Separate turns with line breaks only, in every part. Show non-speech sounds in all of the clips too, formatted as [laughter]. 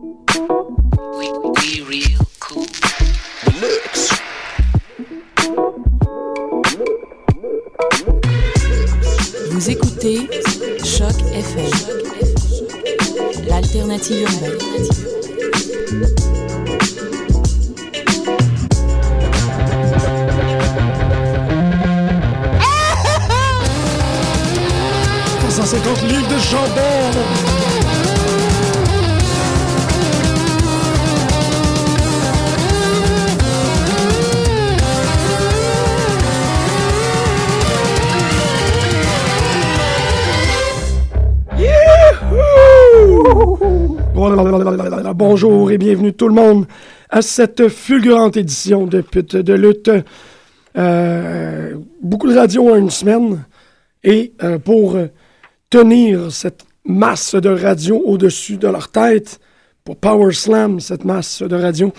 We, we real cool.
Vous écoutez Choc FM, l'alternative urbaine.
livres de chandelle. [laughs] Bonjour et bienvenue tout le monde à cette fulgurante édition de Pute de lutte. Euh, beaucoup de radios en une semaine et euh, pour euh, tenir cette masse de radio au-dessus de leur tête pour Power Slam, cette masse de radio.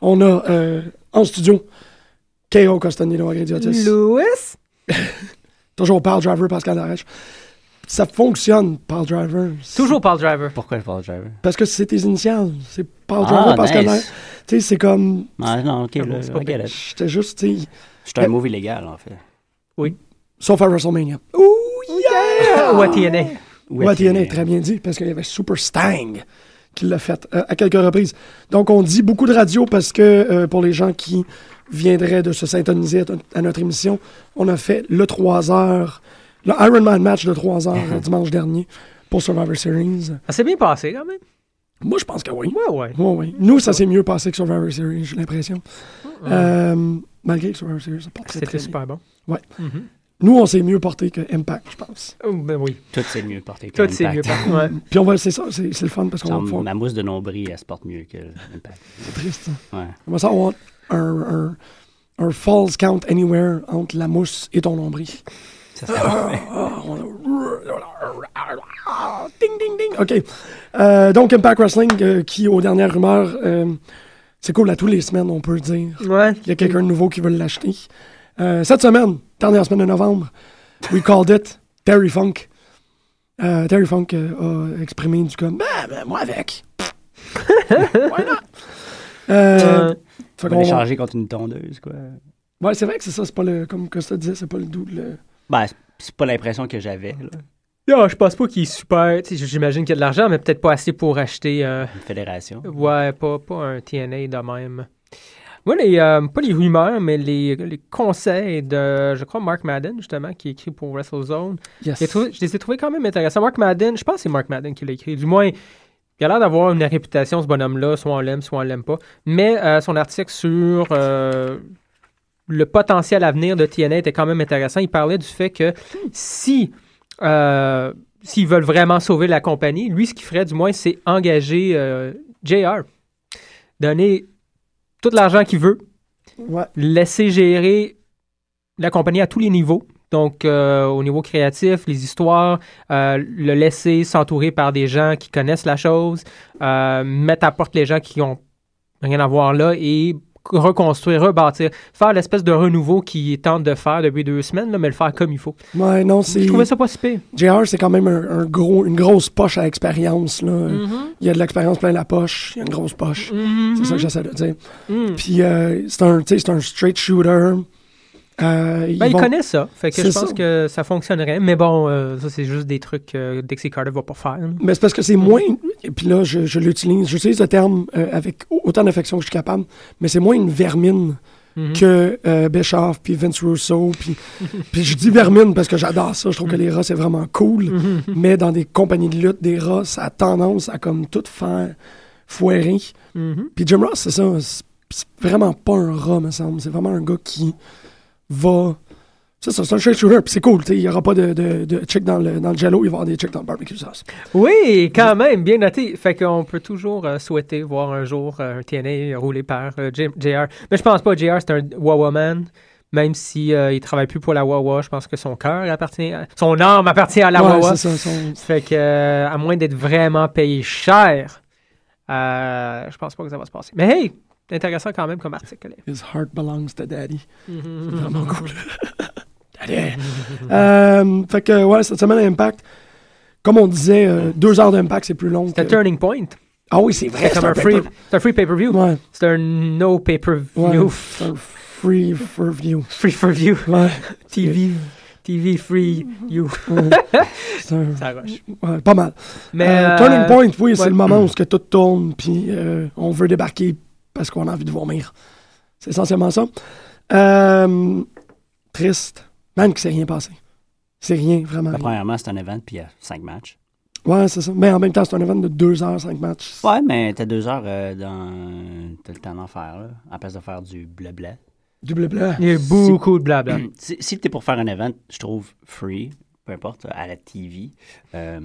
On a euh, en studio K.O. Costanino Agrediotis.
Louis?
[laughs] Toujours Power Driver Pascal Darèche. Ça fonctionne, Power Driver. C'est-
Toujours Paul Driver.
Pourquoi le Paul Driver?
Parce que c'est tes initiales. C'est Power
Ah,
Driver Pascal
nice.
Darèche. Tu sais, c'est comme.
Ah, non, ok, là,
c'est pas
I get it.
J'étais juste, tu sais.
C'est un move illégal, en fait.
Sauf à WrestleMania.
Ou à TNA.
Ou
Ouais,
à
TNA,
TNA.
très bien dit, parce qu'il y avait Super Stang qui l'a fait euh, à quelques reprises. Donc, on dit beaucoup de radio parce que euh, pour les gens qui viendraient de se syntoniser à, ton- à notre émission, on a fait le 3 heures, le Iron Man match de 3 heures
[laughs]
euh, dimanche dernier pour Survivor Series.
Ça s'est bien passé quand même.
Moi, je pense que oui.
Ouais, ouais.
Oui, oui. Nous, ça s'est mieux passé que Survivor Series, j'ai l'impression. Euh, malgré que Survivor Series, ça porte très, très
Mm-hmm. C'était
bien.
super Mm-hmm. bon.
Nous, on s'est mieux porté que Impact, je pense.
Oh, ben oui.
Tout c'est mieux porté que
Tout c'est mieux
l'impact.
par ouais.
Puis on va, c'est ça, c'est c'est le fun parce qu'on va
Genre,
pouvoir-
Ma mousse de nombril, elle se porte mieux que l'impact.
C'est triste. ça.
Ouais.
Comment ça, on va un, un, un false count anywhere entre la mousse et ton nombril. Ah,
Ça serait parfait.
Ding, ding, ding. OK. Euh, donc, Impact Wrestling, euh, qui, aux dernières rumeurs, euh, c'est cool, à tous les semaines, on peut le dire.
[laughs] Ouais.
Il y a quelqu'un de nouveau qui veut l'acheter. Euh, cette semaine, dernière semaine de novembre, we called it Terry Funk. Euh, Terry Funk euh, a exprimé du comme, ben, ben, moi
[laughs]
avec. Why not? Euh,
Euh,
fait
On va
qu'on-
l'échanger contre une tondeuse, quoi.
Ouais, c'est vrai que c'est ça, c'est pas le. Comme Costa disait, c'est pas le double. le-
Ben, c'est- c'est pas l'impression que j'avais, là.
yo, je pense pas qu'il est super. Tu sais, J'imagine qu'il y a de l'argent, mais peut-être pas assez pour acheter un.
Une fédération.
Ouais, pas, pas un TNA de même. Moi, les, euh, pas les rumeurs, mais les, les conseils de, je crois, Mark Madden, justement, qui écrit pour WrestleZone.
Yes.
J'ai trouvé- je les ai trouvés quand même intéressants. Mark Madden, je pense que c'est Mark Madden qui l'a écrit. Du moins, il a l'air d'avoir une réputation, ce bonhomme-là. Soit on l'aime, soit on l'aime pas. Mais euh, son article sur euh, le potentiel avenir de TNA était quand même intéressant. Il parlait du fait que si. euh, S'ils veulent vraiment sauver la compagnie, lui, ce qu'il ferait, du moins, c'est engager euh, JR. Donner tout l'argent qu'il veut,
Ouais.
laisser gérer la compagnie à tous les niveaux. Donc, euh, au niveau créatif, les histoires, euh, le laisser s'entourer par des gens qui connaissent la chose, euh, mettre à porte les gens qui ont rien à voir là et reconstruire, rebâtir, faire l'espèce de renouveau qu'ils tentent de faire depuis deux semaines, là, mais le faire comme il faut.
Ouais, non, c'est.
Je trouvais ça pas si pire.
JR, c'est quand même un, un gros, une grosse poche à expérience. là.
Mm-hmm.
Il y a de l'expérience plein la poche. Il y a une grosse poche. C'est ça que j'essaie de dire.
Mhm.
Puis euh, c'est un, tu sais, c'est un straight shooter. Euh, ils
Ben, il
vont-
connaît ça. Fait que je
C'est
pense
ça.
que ça fonctionnerait. Mais bon, euh, ça, c'est juste des trucs que Dixie Carter va pas faire. là.
Mais c'est parce que c'est moins. Et puis là, je, je l'utilise. J'utilise le terme euh, avec au- autant d'affection que je suis capable, mais c'est moins une vermine
Mhm.
que euh, Bischoff, puis Vince Russo. Puis, puis je dis vermine parce que j'adore ça. Je trouve que les rats, c'est vraiment cool. Mais dans des compagnies de lutte, des rats, ça a tendance à comme tout faire foirer.
Mhm.
Puis Jim Ross, c'est ça. C'est- C'est vraiment pas un rat, me semble. C'est vraiment un gars qui va. C'est ça, c'est un straight shooter, puis c'est cool. tu sais, Il n'y aura pas de, de, de chick dans le, dans le jello, il va y avoir des chicks dans le barbecue sauce.
Oui, quand même, bien noté. Fait qu'on peut toujours euh, souhaiter voir un jour euh, un TNA roulé par euh, J- JR. Mais je pense pas, JR, c'est un Wawa Man. Même si euh, il travaille plus pour la Wawa, je pense que son cœur appartient, à- son âme appartient à la
Ouais,
Wawa.
c'est ça, son-
Fait que, euh, à moins d'être vraiment payé cher, euh, je pense pas que ça va se passer. Mais hey, intéressant quand même
[laughs]
comme article.
His heart belongs to
[laughs]
daddy. C'est
Mm-hmm.
Vraiment cool. [laughs] daddy. Euh, fait que, ouais, cette semaine, Impact, comme on disait, euh, deux heures d'Impact, c'est plus long.
Mm. C'était
que-
Turning Point.
Ah oui, c'est vrai.
C'était comme un free, c'est un free pay-per-view.
Ouais,
C'est un no pay-per-view.
ouais. C'est un free for view.
[laughs] Free for view.
Ouais,
TV. TV free you.
c'est un-
Ça rush.
ouais, pas mal.
Mais
Euh,
euh,
Turning Point, oui, c'est
ouais.
le moment où ce que tout tourne, puis euh, on veut débarquer parce qu'on a envie de vomir. C'est essentiellement ça. Euh, triste. Même qu'il s'est rien passé. C'est rien, vraiment.
Ben,
rien.
premièrement, c'est un event, puis il y a cinq matchs.
Ouais, c'est ça. Mais en même temps, c'est un event de 2 heures, 5 matchs.
Ouais, mais t'as deux heures euh, dans. T'as le temps d'en faire, là, en place de faire du blabla.
Double blanc.
Il y a eu beaucoup de blabla.
si si t'es pour faire un event, je trouve free, peu importe, à la TV, euh,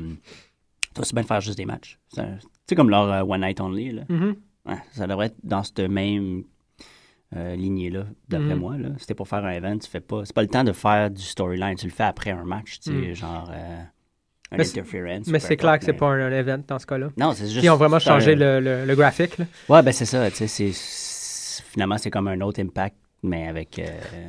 t'as aussi bien de faire juste des matchs. C'est un- Tu sais, comme leur euh, One Night Only, là.
Mm-hmm.
Mhm.
Ouais, ça devrait être dans cette même euh, lignée-là, d'après
Mhm.
moi. Là. Si t'es pour faire un event, tu fais pas. C'est pas le temps de faire du storyline. Tu le fais après un match, tu sais,
Mhm.
genre euh, un
Mais c'est-
interference.
Mais
peu
c'est clair
importe,
que c'est
mais-
pas un, un event dans ce cas-là.
Non, c'est juste.
Ils ont vraiment
c'est un-
changé le, le- le graphique. là.
Ouais, ben c'est ça. Tu sais, c'est- c'est- finalement, c'est comme un autre impact, mais avec. euh, un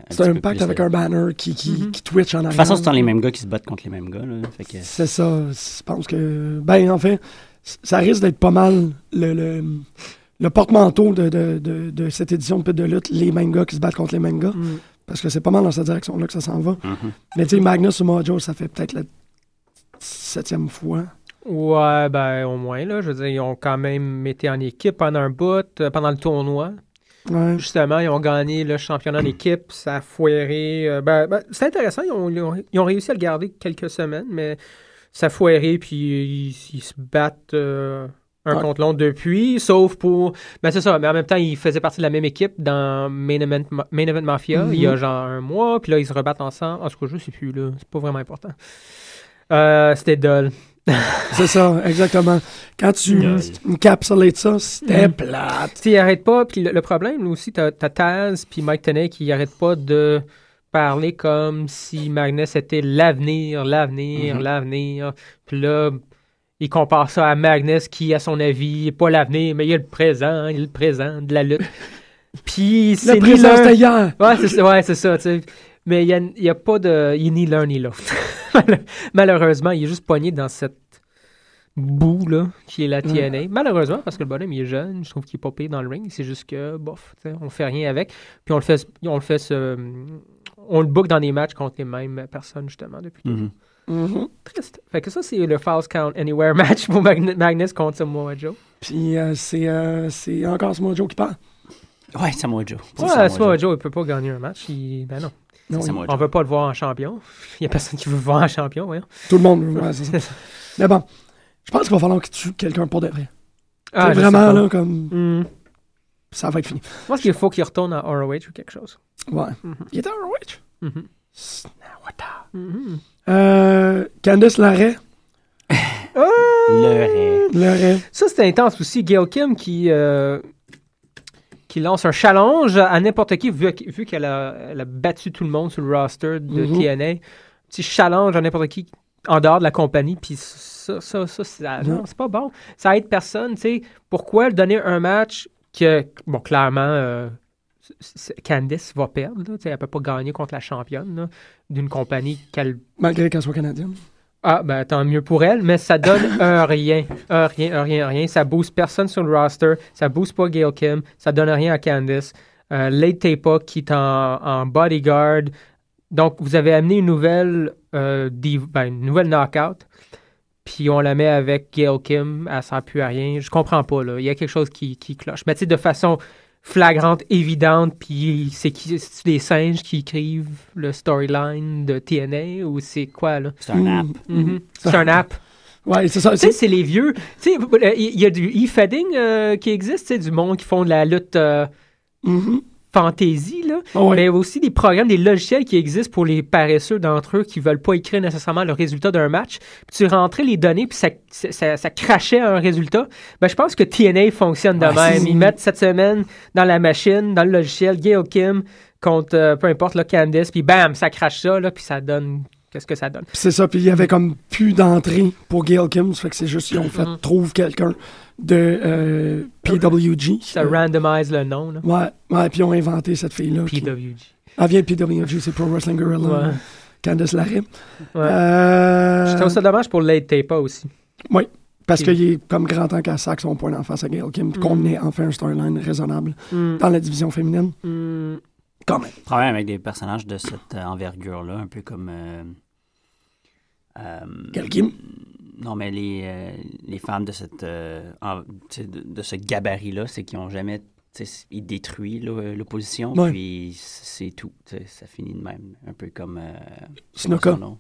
C'est
petit
un
peu
impact
plus
avec
de-
un banner qui, qui,
Mhm.
qui twitch en
De
arrière.
toute façon, c'est dans les mêmes gars qui se battent contre les mêmes gars. Là, fait que...
C'est ça. Je pense que. Ben, en fait, c- ça risque d'être pas mal le, le, le porte-manteau de, de, de, de cette édition de Pit de lutte, les mêmes gars qui se battent contre les mêmes gars.
Mm.
Parce que c'est pas mal dans cette direction-là que ça s'en va.
Mhm.
Mais tu sais, Magnus ou Mojo, ça fait peut-être la septième fois.
Ouais, ben au moins, là. Je veux dire, ils ont quand même été en équipe pendant un bout, euh, pendant le tournoi.
Ouais.
Justement, ils ont gagné le championnat d'équipe. Ça a foiré. euh, ben, ben, c'est intéressant. Ils ont, ils ont- ils ont réussi à le garder quelques semaines, mais ça a foiré. Puis ils, ils se battent euh, un
Ouais.
contre l'autre depuis, sauf pour. Ben, c'est ça. Mais en même temps, ils faisaient partie de la même équipe dans Main Event, Ma- Main Event Mafia il
Mhm.
y a genre un mois. Puis là, ils se rebattent ensemble. En tout cas, je sais plus. là. C'est pas vraiment important. Euh, C'était dull.
C'est ça, exactement. Quand tu
Lol.
encapsulates ça, c'était
Mm.
plate.
Tu sais, ils n'arrêtent pas. Puis le, le problème, là aussi, t'as t'as Taz puis Mike Tenay qui n'arrêtent pas de parler comme si Magnus était l'avenir, l'avenir,
Mm-hmm.
Mhm.
l'avenir. Puis là, ils comparent ça à Magnus qui, à son avis, n'est pas l'avenir, mais il est le présent, hein, il est le présent de
[laughs]
la lutte. puis
La
c'est ni
présence
l'un...
d'hier.
Ouais, c'est ça, ouais, c'est ça, tu sais. Mais il n'y a, il y a pas de... Il est ni l'un ni l'autre. [laughs] Mal- Malheureusement, il est juste pogné dans cette boue, là, qui est la TNA. Malheureusement, parce que le bonhomme, il est jeune. Je trouve qu'il est pas payé dans le ring. C'est juste que, bof, tu sais, on fait rien avec. Puis on le fait... On le fait se- On le book dans des matchs contre les mêmes personnes, justement, depuis.
Mhm.
Mhm.
Triste. Fait que ça, c'est le False Count Anywhere [laughs] match pour Magn- Magnus contre Samoa Joe.
Puis euh, c'est euh, c'est encore ce Mojo qui parle.
Ouais, Samoa Joe. Pour
Ouais, Samoa Joe, il peut pas gagner un match. Il- Ben non.
Non,
C'est Samoa
On
Joe.
veut pas le voir en champion. [laughs] Il y a personne qui veut le voir en champion, voyons.
Tout le monde. Ouais,
[laughs]
c'est ça. Mais bon, je pense qu'il va falloir que tu tues quelqu'un pour de vrai.
Ah,
C'est
je sais
vraiment,
pas.
là, comme
Hmm.
ça va être fini.
Je pense qu'il faut qu'il retourne à ROH ou quelque chose.
Ouais. Il était à ROH.
Mhm.
Snawata.
Mhm.
Euh, Candice Larrey.
Ah!
Le
Larrey.
Ça, c'est intense aussi. Gail Kim qui, euh, qui lance un challenge à n'importe qui, vu, vu qu'elle a, elle a battu tout le monde sur le roster de
Mhm.
TNA. Petit challenge à n'importe qui en dehors de la compagnie. Puis ça, ça, ça, ça- non, c'est pas bon. Ça aide personne. tu sais. Pourquoi donner un match que, bon, clairement, euh, c- Candice va perdre. Là, tu sais, elle peut pas gagner contre la championne là, d'une compagnie qu'elle.
Malgré qu'elle soit canadienne.
Ah, ben tant mieux pour elle, mais ça donne un rien. Un rien, un rien, un rien. Ça booste personne sur le roster. Ça booste pas Gail Kim. Ça donne rien à Candice. Euh, Late Tepa qui est en, en bodyguard. Donc, vous avez amené une nouvelle, euh, div- ben, une nouvelle knockout, puis on la met avec Gail Kim, elle sert plus à rien. Je comprends pas, là. Il y a quelque chose qui, qui cloche. Mais tu sais, de façon flagrante, évidente, puis c'est qui c'est des singes qui écrivent le storyline de TNA ou c'est quoi, là?
C'est un app.
Mhm. C'est un app.
Hmm. Ouais, c'est ça.
Tu sais,
c'est-
c'est les vieux. Tu sais, euh, il y a du e-fading euh, qui existe, tu sais, du monde qui font de la lutte euh,
Mhm.
fantasy, là.
Ah ouais.
Mais aussi des programmes, des logiciels qui existent pour les paresseux d'entre eux qui veulent pas écrire nécessairement le résultat d'un match. Puis tu rentrais les données, puis ça, ça, ça- ça crachait un résultat. Ben, je pense que TNA fonctionne de
Ouais,
même.
c'est-
Ils mettent cette semaine dans la machine, dans le logiciel, Gail Kim contre, euh, peu importe, le Candice, puis bam, ça crache ça, là, puis ça donne... Qu'est-ce que ça donne?
Puis c'est ça, puis il y avait comme plus d'entrée pour Gail Kim, ça fait que c'est juste qu'ils ont fait
Mm-hmm.
trouve quelqu'un de euh, PWG.
Ça randomise le nom, là.
ouais, ouais, puis ils ont inventé cette fille-là. qui-
PWG.
Elle vient de PWG, c'est Pro Wrestling Guerrilla,
Ouais.
Candice Larry.
Ouais.
Euh,
Je trouve ça dommage pour Late Tepa aussi.
Parce qu'il est comme grand temps qu'elle sac son point d'en face à Gail Kim,
Mm.
puis qu'on ait enfin un storyline raisonnable dans la division féminine. mm. Quand même.
Problème avec des personnages de cette euh, envergure-là, un peu comme. euh, euh,
Gail Kim.
Non, mais les, euh, les femmes de, cette, euh, en- tu sais, de, de ce gabarit-là, c'est qu'ils ont jamais. tu sais, Ils détruisent l'o- euh, l'opposition,
Ouais.
puis c'est tout. tu sais, Ça finit de même. Un peu comme. euh, je sais pas
Snuka.
son nom.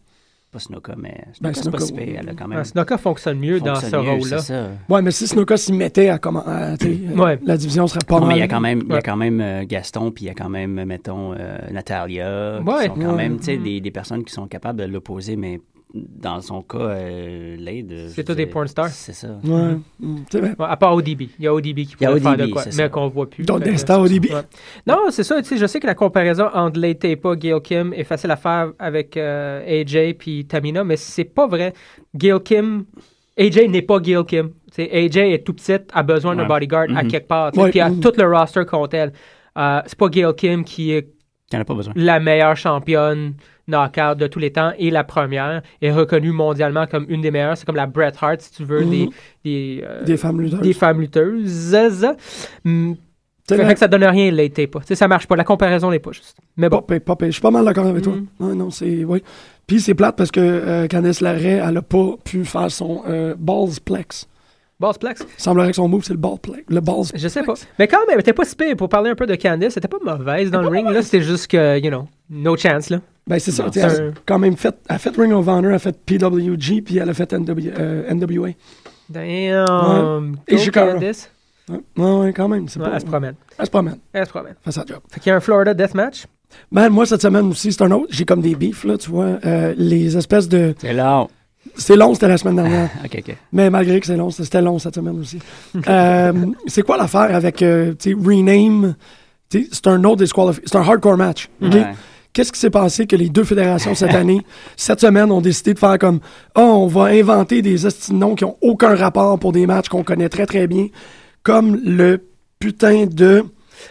Pas Snuka, mais. Snuka, c'est
Ben,
pas
Snuka,
si
ouais.
pire, Elle a quand même.
Ah, Snuka fonctionne mieux dans ce
fonctionne mieux,
rôle-là.
c'est ça.
Ouais, mais si Snuka s'y mettait à comment. à, tu sais, euh,
Ouais.
La division serait pas
Non, mais
mal.
il y a quand même, il y a
Ouais.
quand même euh, Gaston, puis il y a quand même, mettons, euh, Natalia, qui
Ouais.
sont quand
Ouais.
même tu sais, des, des personnes qui sont capables de l'opposer, mais dans son cas, euh, l'aide. euh,
C'est
je
tous des
dirais-
porn stars.
C'est ça.
Ouais. Mm, c'est vrai.
Ouais, à part ODB. Il y a ODB qui
Il y a
pourrait faire de
ODB,
quoi,
c'est
mais
ça.
qu'on voit plus.
Donc,
Fait que-
d'instant au début.
Ouais. Non, c'est ça. tu sais, Je sais que la comparaison entre Late Tepa, Gail Kim est facile à faire avec euh, AJ puis Tamina, mais c'est pas vrai. Gail Kim, AJ n'est pas Gail Kim. Tu sais, AJ est tout petite, a besoin d'un
Ouais.
bodyguard à
Mhm.
quelque part, tu sais,
Ouais.
puis a
Mhm.
tout le roster contre elle. Euh, c'est pas Gail Kim qui est
T'en as pas besoin.
la meilleure championne knockout de tous les temps et la première est reconnue mondialement comme une des meilleures. C'est comme la Bret Hart, si tu veux, des, des, euh,
Des femmes lutteuses.
des femmes lutteuses. Mm.
C'est
Fait
vrai.
que ça donne rien, l'été pas. Tu sais, ça marche pas. La comparaison n'est pas juste. Mais bon. Mm.
Pas pire, pas pire. Je suis pas mal d'accord avec toi. Non, non, c'est. Oui. Puis c'est plate parce que euh, Candice Larrey, elle a pas pu faire son euh, ballsplex.
Bossplex,
Il semblerait que son move, c'est le ballplex. Le balls.
je sais pas. Mais quand même, elle était pas si pire. Pour parler un peu de Candice, c'était pas mauvaise dans le ring. Là, c'était juste que, you know, no chance, là.
Ben, c'est ça.
Non,
tu sais,
c'est
Elle
un-
a quand même fait. Elle a fait Ring of Honor, elle a fait PWG, puis elle a fait NW, euh, NWA.
Damn.
Et
Go,
Shikara.
Candice.
Ouais, ouais, ouais, quand même. C'est
Ouais,
pas,
elle se promène.
elle se promène.
Elle se promène.
Fait sa job.
Fait qu'il y a un Florida Deathmatch.
Man, moi, cette semaine aussi, c'est un autre. J'ai comme des beefs, là, tu vois. Euh, les espèces de.
C'est là.
C'est long, c'était la semaine dernière.
OK, OK.
Mais malgré que c'est long, c'était long cette semaine aussi. [laughs] Euh, c'est quoi l'affaire avec euh, tu sais, rename? Tu sais, C'est un autre disqualifi- c'est un hardcore match. ok?
Ouais.
Qu'est-ce qui s'est passé que les deux fédérations cette année, [laughs] cette semaine, ont décidé de faire comme Ah, on va inventer des esti de noms qui ont aucun rapport pour des matchs qu'on connaît très très bien, comme le putain de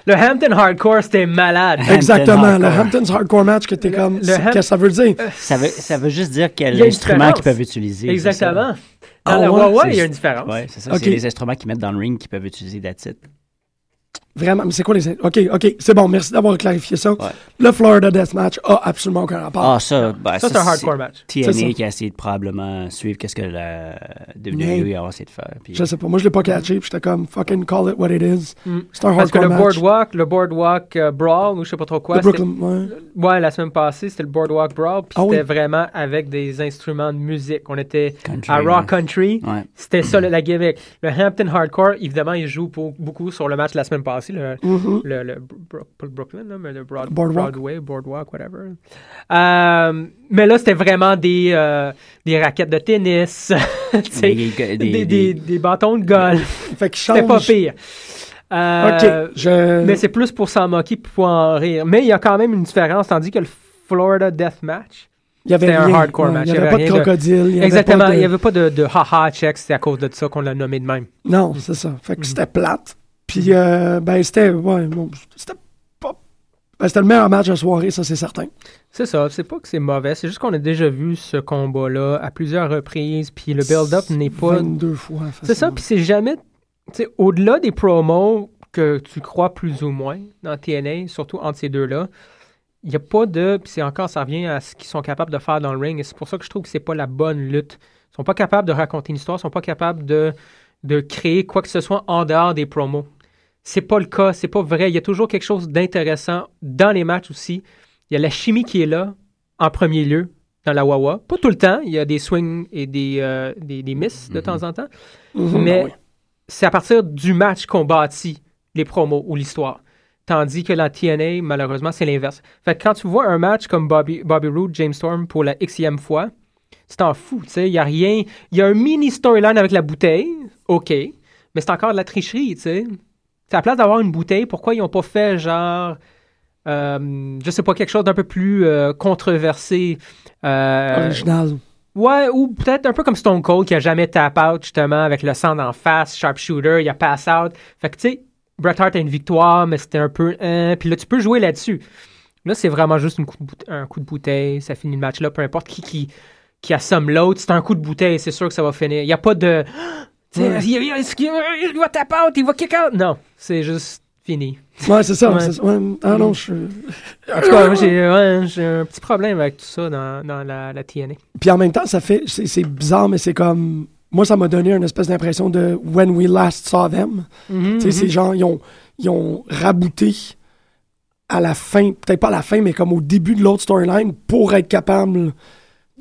Le Hampton Hardcore, c'était [laughs] malade.
Hampton
exactement le
Hardcore.
Hampton's hardcore match que t'es comme
le
c'est-
Ham-
qu'est-ce que ça veut dire
Ça veut, ça veut juste dire quel
Il y a une
instrument
différence.
qu'ils peuvent utiliser. c'est ça.
Exactement. Dans
Ah
la
ouais,
Huawei,
c'est
il y a
juste-
une différence.
Ouais, c'est ça.
Ok.
C'est les instruments qu'ils mettent dans le ring qu'ils peuvent utiliser d'attitude.
Vraiment, mais c'est quoi les. Ok, ok, c'est bon, merci d'avoir clarifié ça. Le Florida Deathmatch a absolument aucun rapport.
Ah, ça, ben,
Ça, c'est un hardcore match.
C'est ça.
TNA qui a essayé de probablement suivre qu'est-ce que la WWE a essayé de faire. puis-
Je sais pas, moi je l'ai pas catché, puis j'étais comme fucking call it what it is. C'est un
Mm. Parce que
hardcore
le
match.
boardwalk, le boardwalk euh, brawl, ou je sais pas trop quoi.
Le
c'était-
Brooklyn, ouais.
Ouais, la semaine passée, c'était le boardwalk brawl, puis
Ah
c'était
oui.
vraiment avec des instruments de musique. On était
Country,
à Raw
ouais.
Country.
Ouais.
C'était ça le- la gimmick. Le Hampton Hardcore, évidemment, il joue pour- beaucoup sur le match de la semaine passée, le,
Mhm.
le- le Bro- pas le Brooklyn, là, mais le Broad-
Mm. Boardwalk.
Broadway, Boardwalk, whatever. Euh, mais là, c'était vraiment des, euh, des raquettes de tennis, [laughs] tu sais,
Des- des-
des, des-
des-
des bâtons de golf.
Fait qu'il change.
[laughs] C'était pas pire. Euh,
Ok, je.
Mais c'est plus pour s'en moquer puis pour en rire. Mais il y a quand même une différence, tandis que le Florida Death Match,
il y avait
c'était un
rien,
hardcore
ouais,
match,
Il n'y avait pas de
rien de-
crocodile. il y avait
exactement,
pas de-
il n'y avait pas de, de haha check, c'est à cause de ça qu'on l'a nommé de même. Mm.
Non, c'est ça. Fait que c'était plate. Puis, euh, ben, c'était. Ouais, bon, c'était pas Ben, C'était le meilleur match de soirée, ça, c'est certain.
C'est ça, c'est pas que c'est mauvais, c'est juste qu'on a déjà vu ce combat-là à plusieurs reprises, puis le build-up n'est pas...
22 fois.
C'est ça,
facilement.
puis c'est jamais... tu sais, au-delà des promos que tu crois plus ou moins dans TNA, surtout entre ces deux-là, il n'y a pas de... Puis c'est encore, ça revient à ce qu'ils sont capables de faire dans le ring, et c'est pour ça que je trouve que c'est pas la bonne lutte. Ils sont pas capables de raconter une histoire, ils sont pas capables de, de créer quoi que ce soit en dehors des promos. C'est pas le cas, c'est pas vrai. Il y a toujours quelque chose d'intéressant dans les matchs aussi. Il y a la chimie qui est là, en premier lieu, dans la Wawa. Pas tout le temps, il y a des swings et des, euh, des, des misses de temps en temps.
Mhm.
Mais
Ah
c'est à partir du match qu'on bâtit les promos ou l'histoire. Tandis que la TNA, malheureusement, c'est l'inverse. Fait que quand tu vois un match comme Bobby, Bobby Roode, James Storm pour la xème fois, tu t'en fous, tu sais. Il y a rien. Il y a un mini storyline avec la bouteille, OK, mais c'est encore de la tricherie, tu sais. C'est à la place d'avoir une bouteille, pourquoi ils n'ont pas fait genre. euh, je sais pas, quelque chose d'un peu plus euh, controversé. euh,
Original.
Ouais, ou peut-être un peu comme Stone Cold qui a jamais tap out, justement, avec le sang en face, sharpshooter, il a pass out. Fait que, tu sais, Bret Hart a une victoire, mais c'était un peu. hein, puis là, tu peux jouer là-dessus. Là, c'est vraiment juste une coup de boute- un coup de bouteille, ça finit le match-là, peu importe qui, qui, qui assomme l'autre, c'est un coup de bouteille, c'est sûr que ça va finir. Il n'y a pas de. [gasps] Tu sais, il, il- est-ce qu'il- il va tap out, il va kick out. Non, c'est juste fini.
Ouais, c'est ça.
Ouais.
c'est ça. Ouais, Ah non, je suis-
En tout cas, moi, j'ai ouais, j'ai un petit problème avec tout ça dans, dans la, la TNA.
Puis en même temps, ça fait. C'est c'est bizarre, mais c'est comme. Moi, ça m'a donné une espèce d'impression de When We Last Saw Them.
Mm-hmm,
Tu sais, ces gens, ils ont, ils ont rabouté à la fin, peut-être pas à la fin, mais comme au début de l'autre storyline pour être capable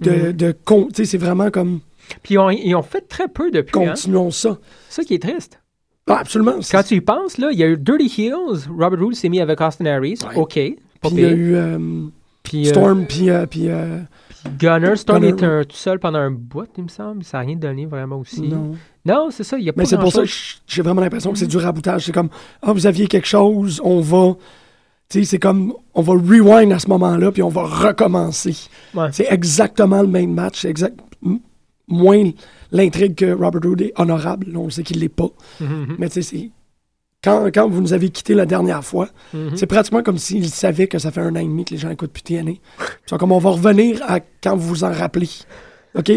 de.
Mm-hmm.
de con- tu sais, c'est vraiment comme
Puis on- ils ont fait très peu depuis. Hein?
continuons ça.
C'est ça qui est triste.
Ah, absolument.
Quand
c'est-
tu y penses, là, il y a eu Dirty Heels, Robert Roode s'est mis avec Austin Harris,
Ouais.
OK, pas
Puis il y a
pire.
eu euh,
Puis, euh,
Storm, puis. euh, puis euh,
Gunner, Storm
Gunner,
est un- tout seul pendant un bout, il me semble, ça n'a rien donné vraiment aussi.
non.
Non, c'est ça, il n'y a pas
Mais c'est pour ça que
grand-chose. Mm-hmm.
j- j'ai vraiment l'impression que c'est du raboutage. C'est comme, ah, vous aviez quelque chose, on va. Tu sais, c'est comme, on va rewind à ce moment-là, puis on va recommencer.
Ouais.
C'est exactement le même match. C'est exact... m- moins l'intrigue que Robert Roode est honorable. là, on sait qu'il l'est pas.
Mm-hmm.
Mais tu sais, c'est- Quand, quand vous nous avez quitté la dernière fois,
Mm-hmm.
c'est pratiquement comme s'il savait que ça fait un an et demi que les gens écoutent plus TNA. Ils sont comme, on va revenir à quand vous vous en rappelez. OK?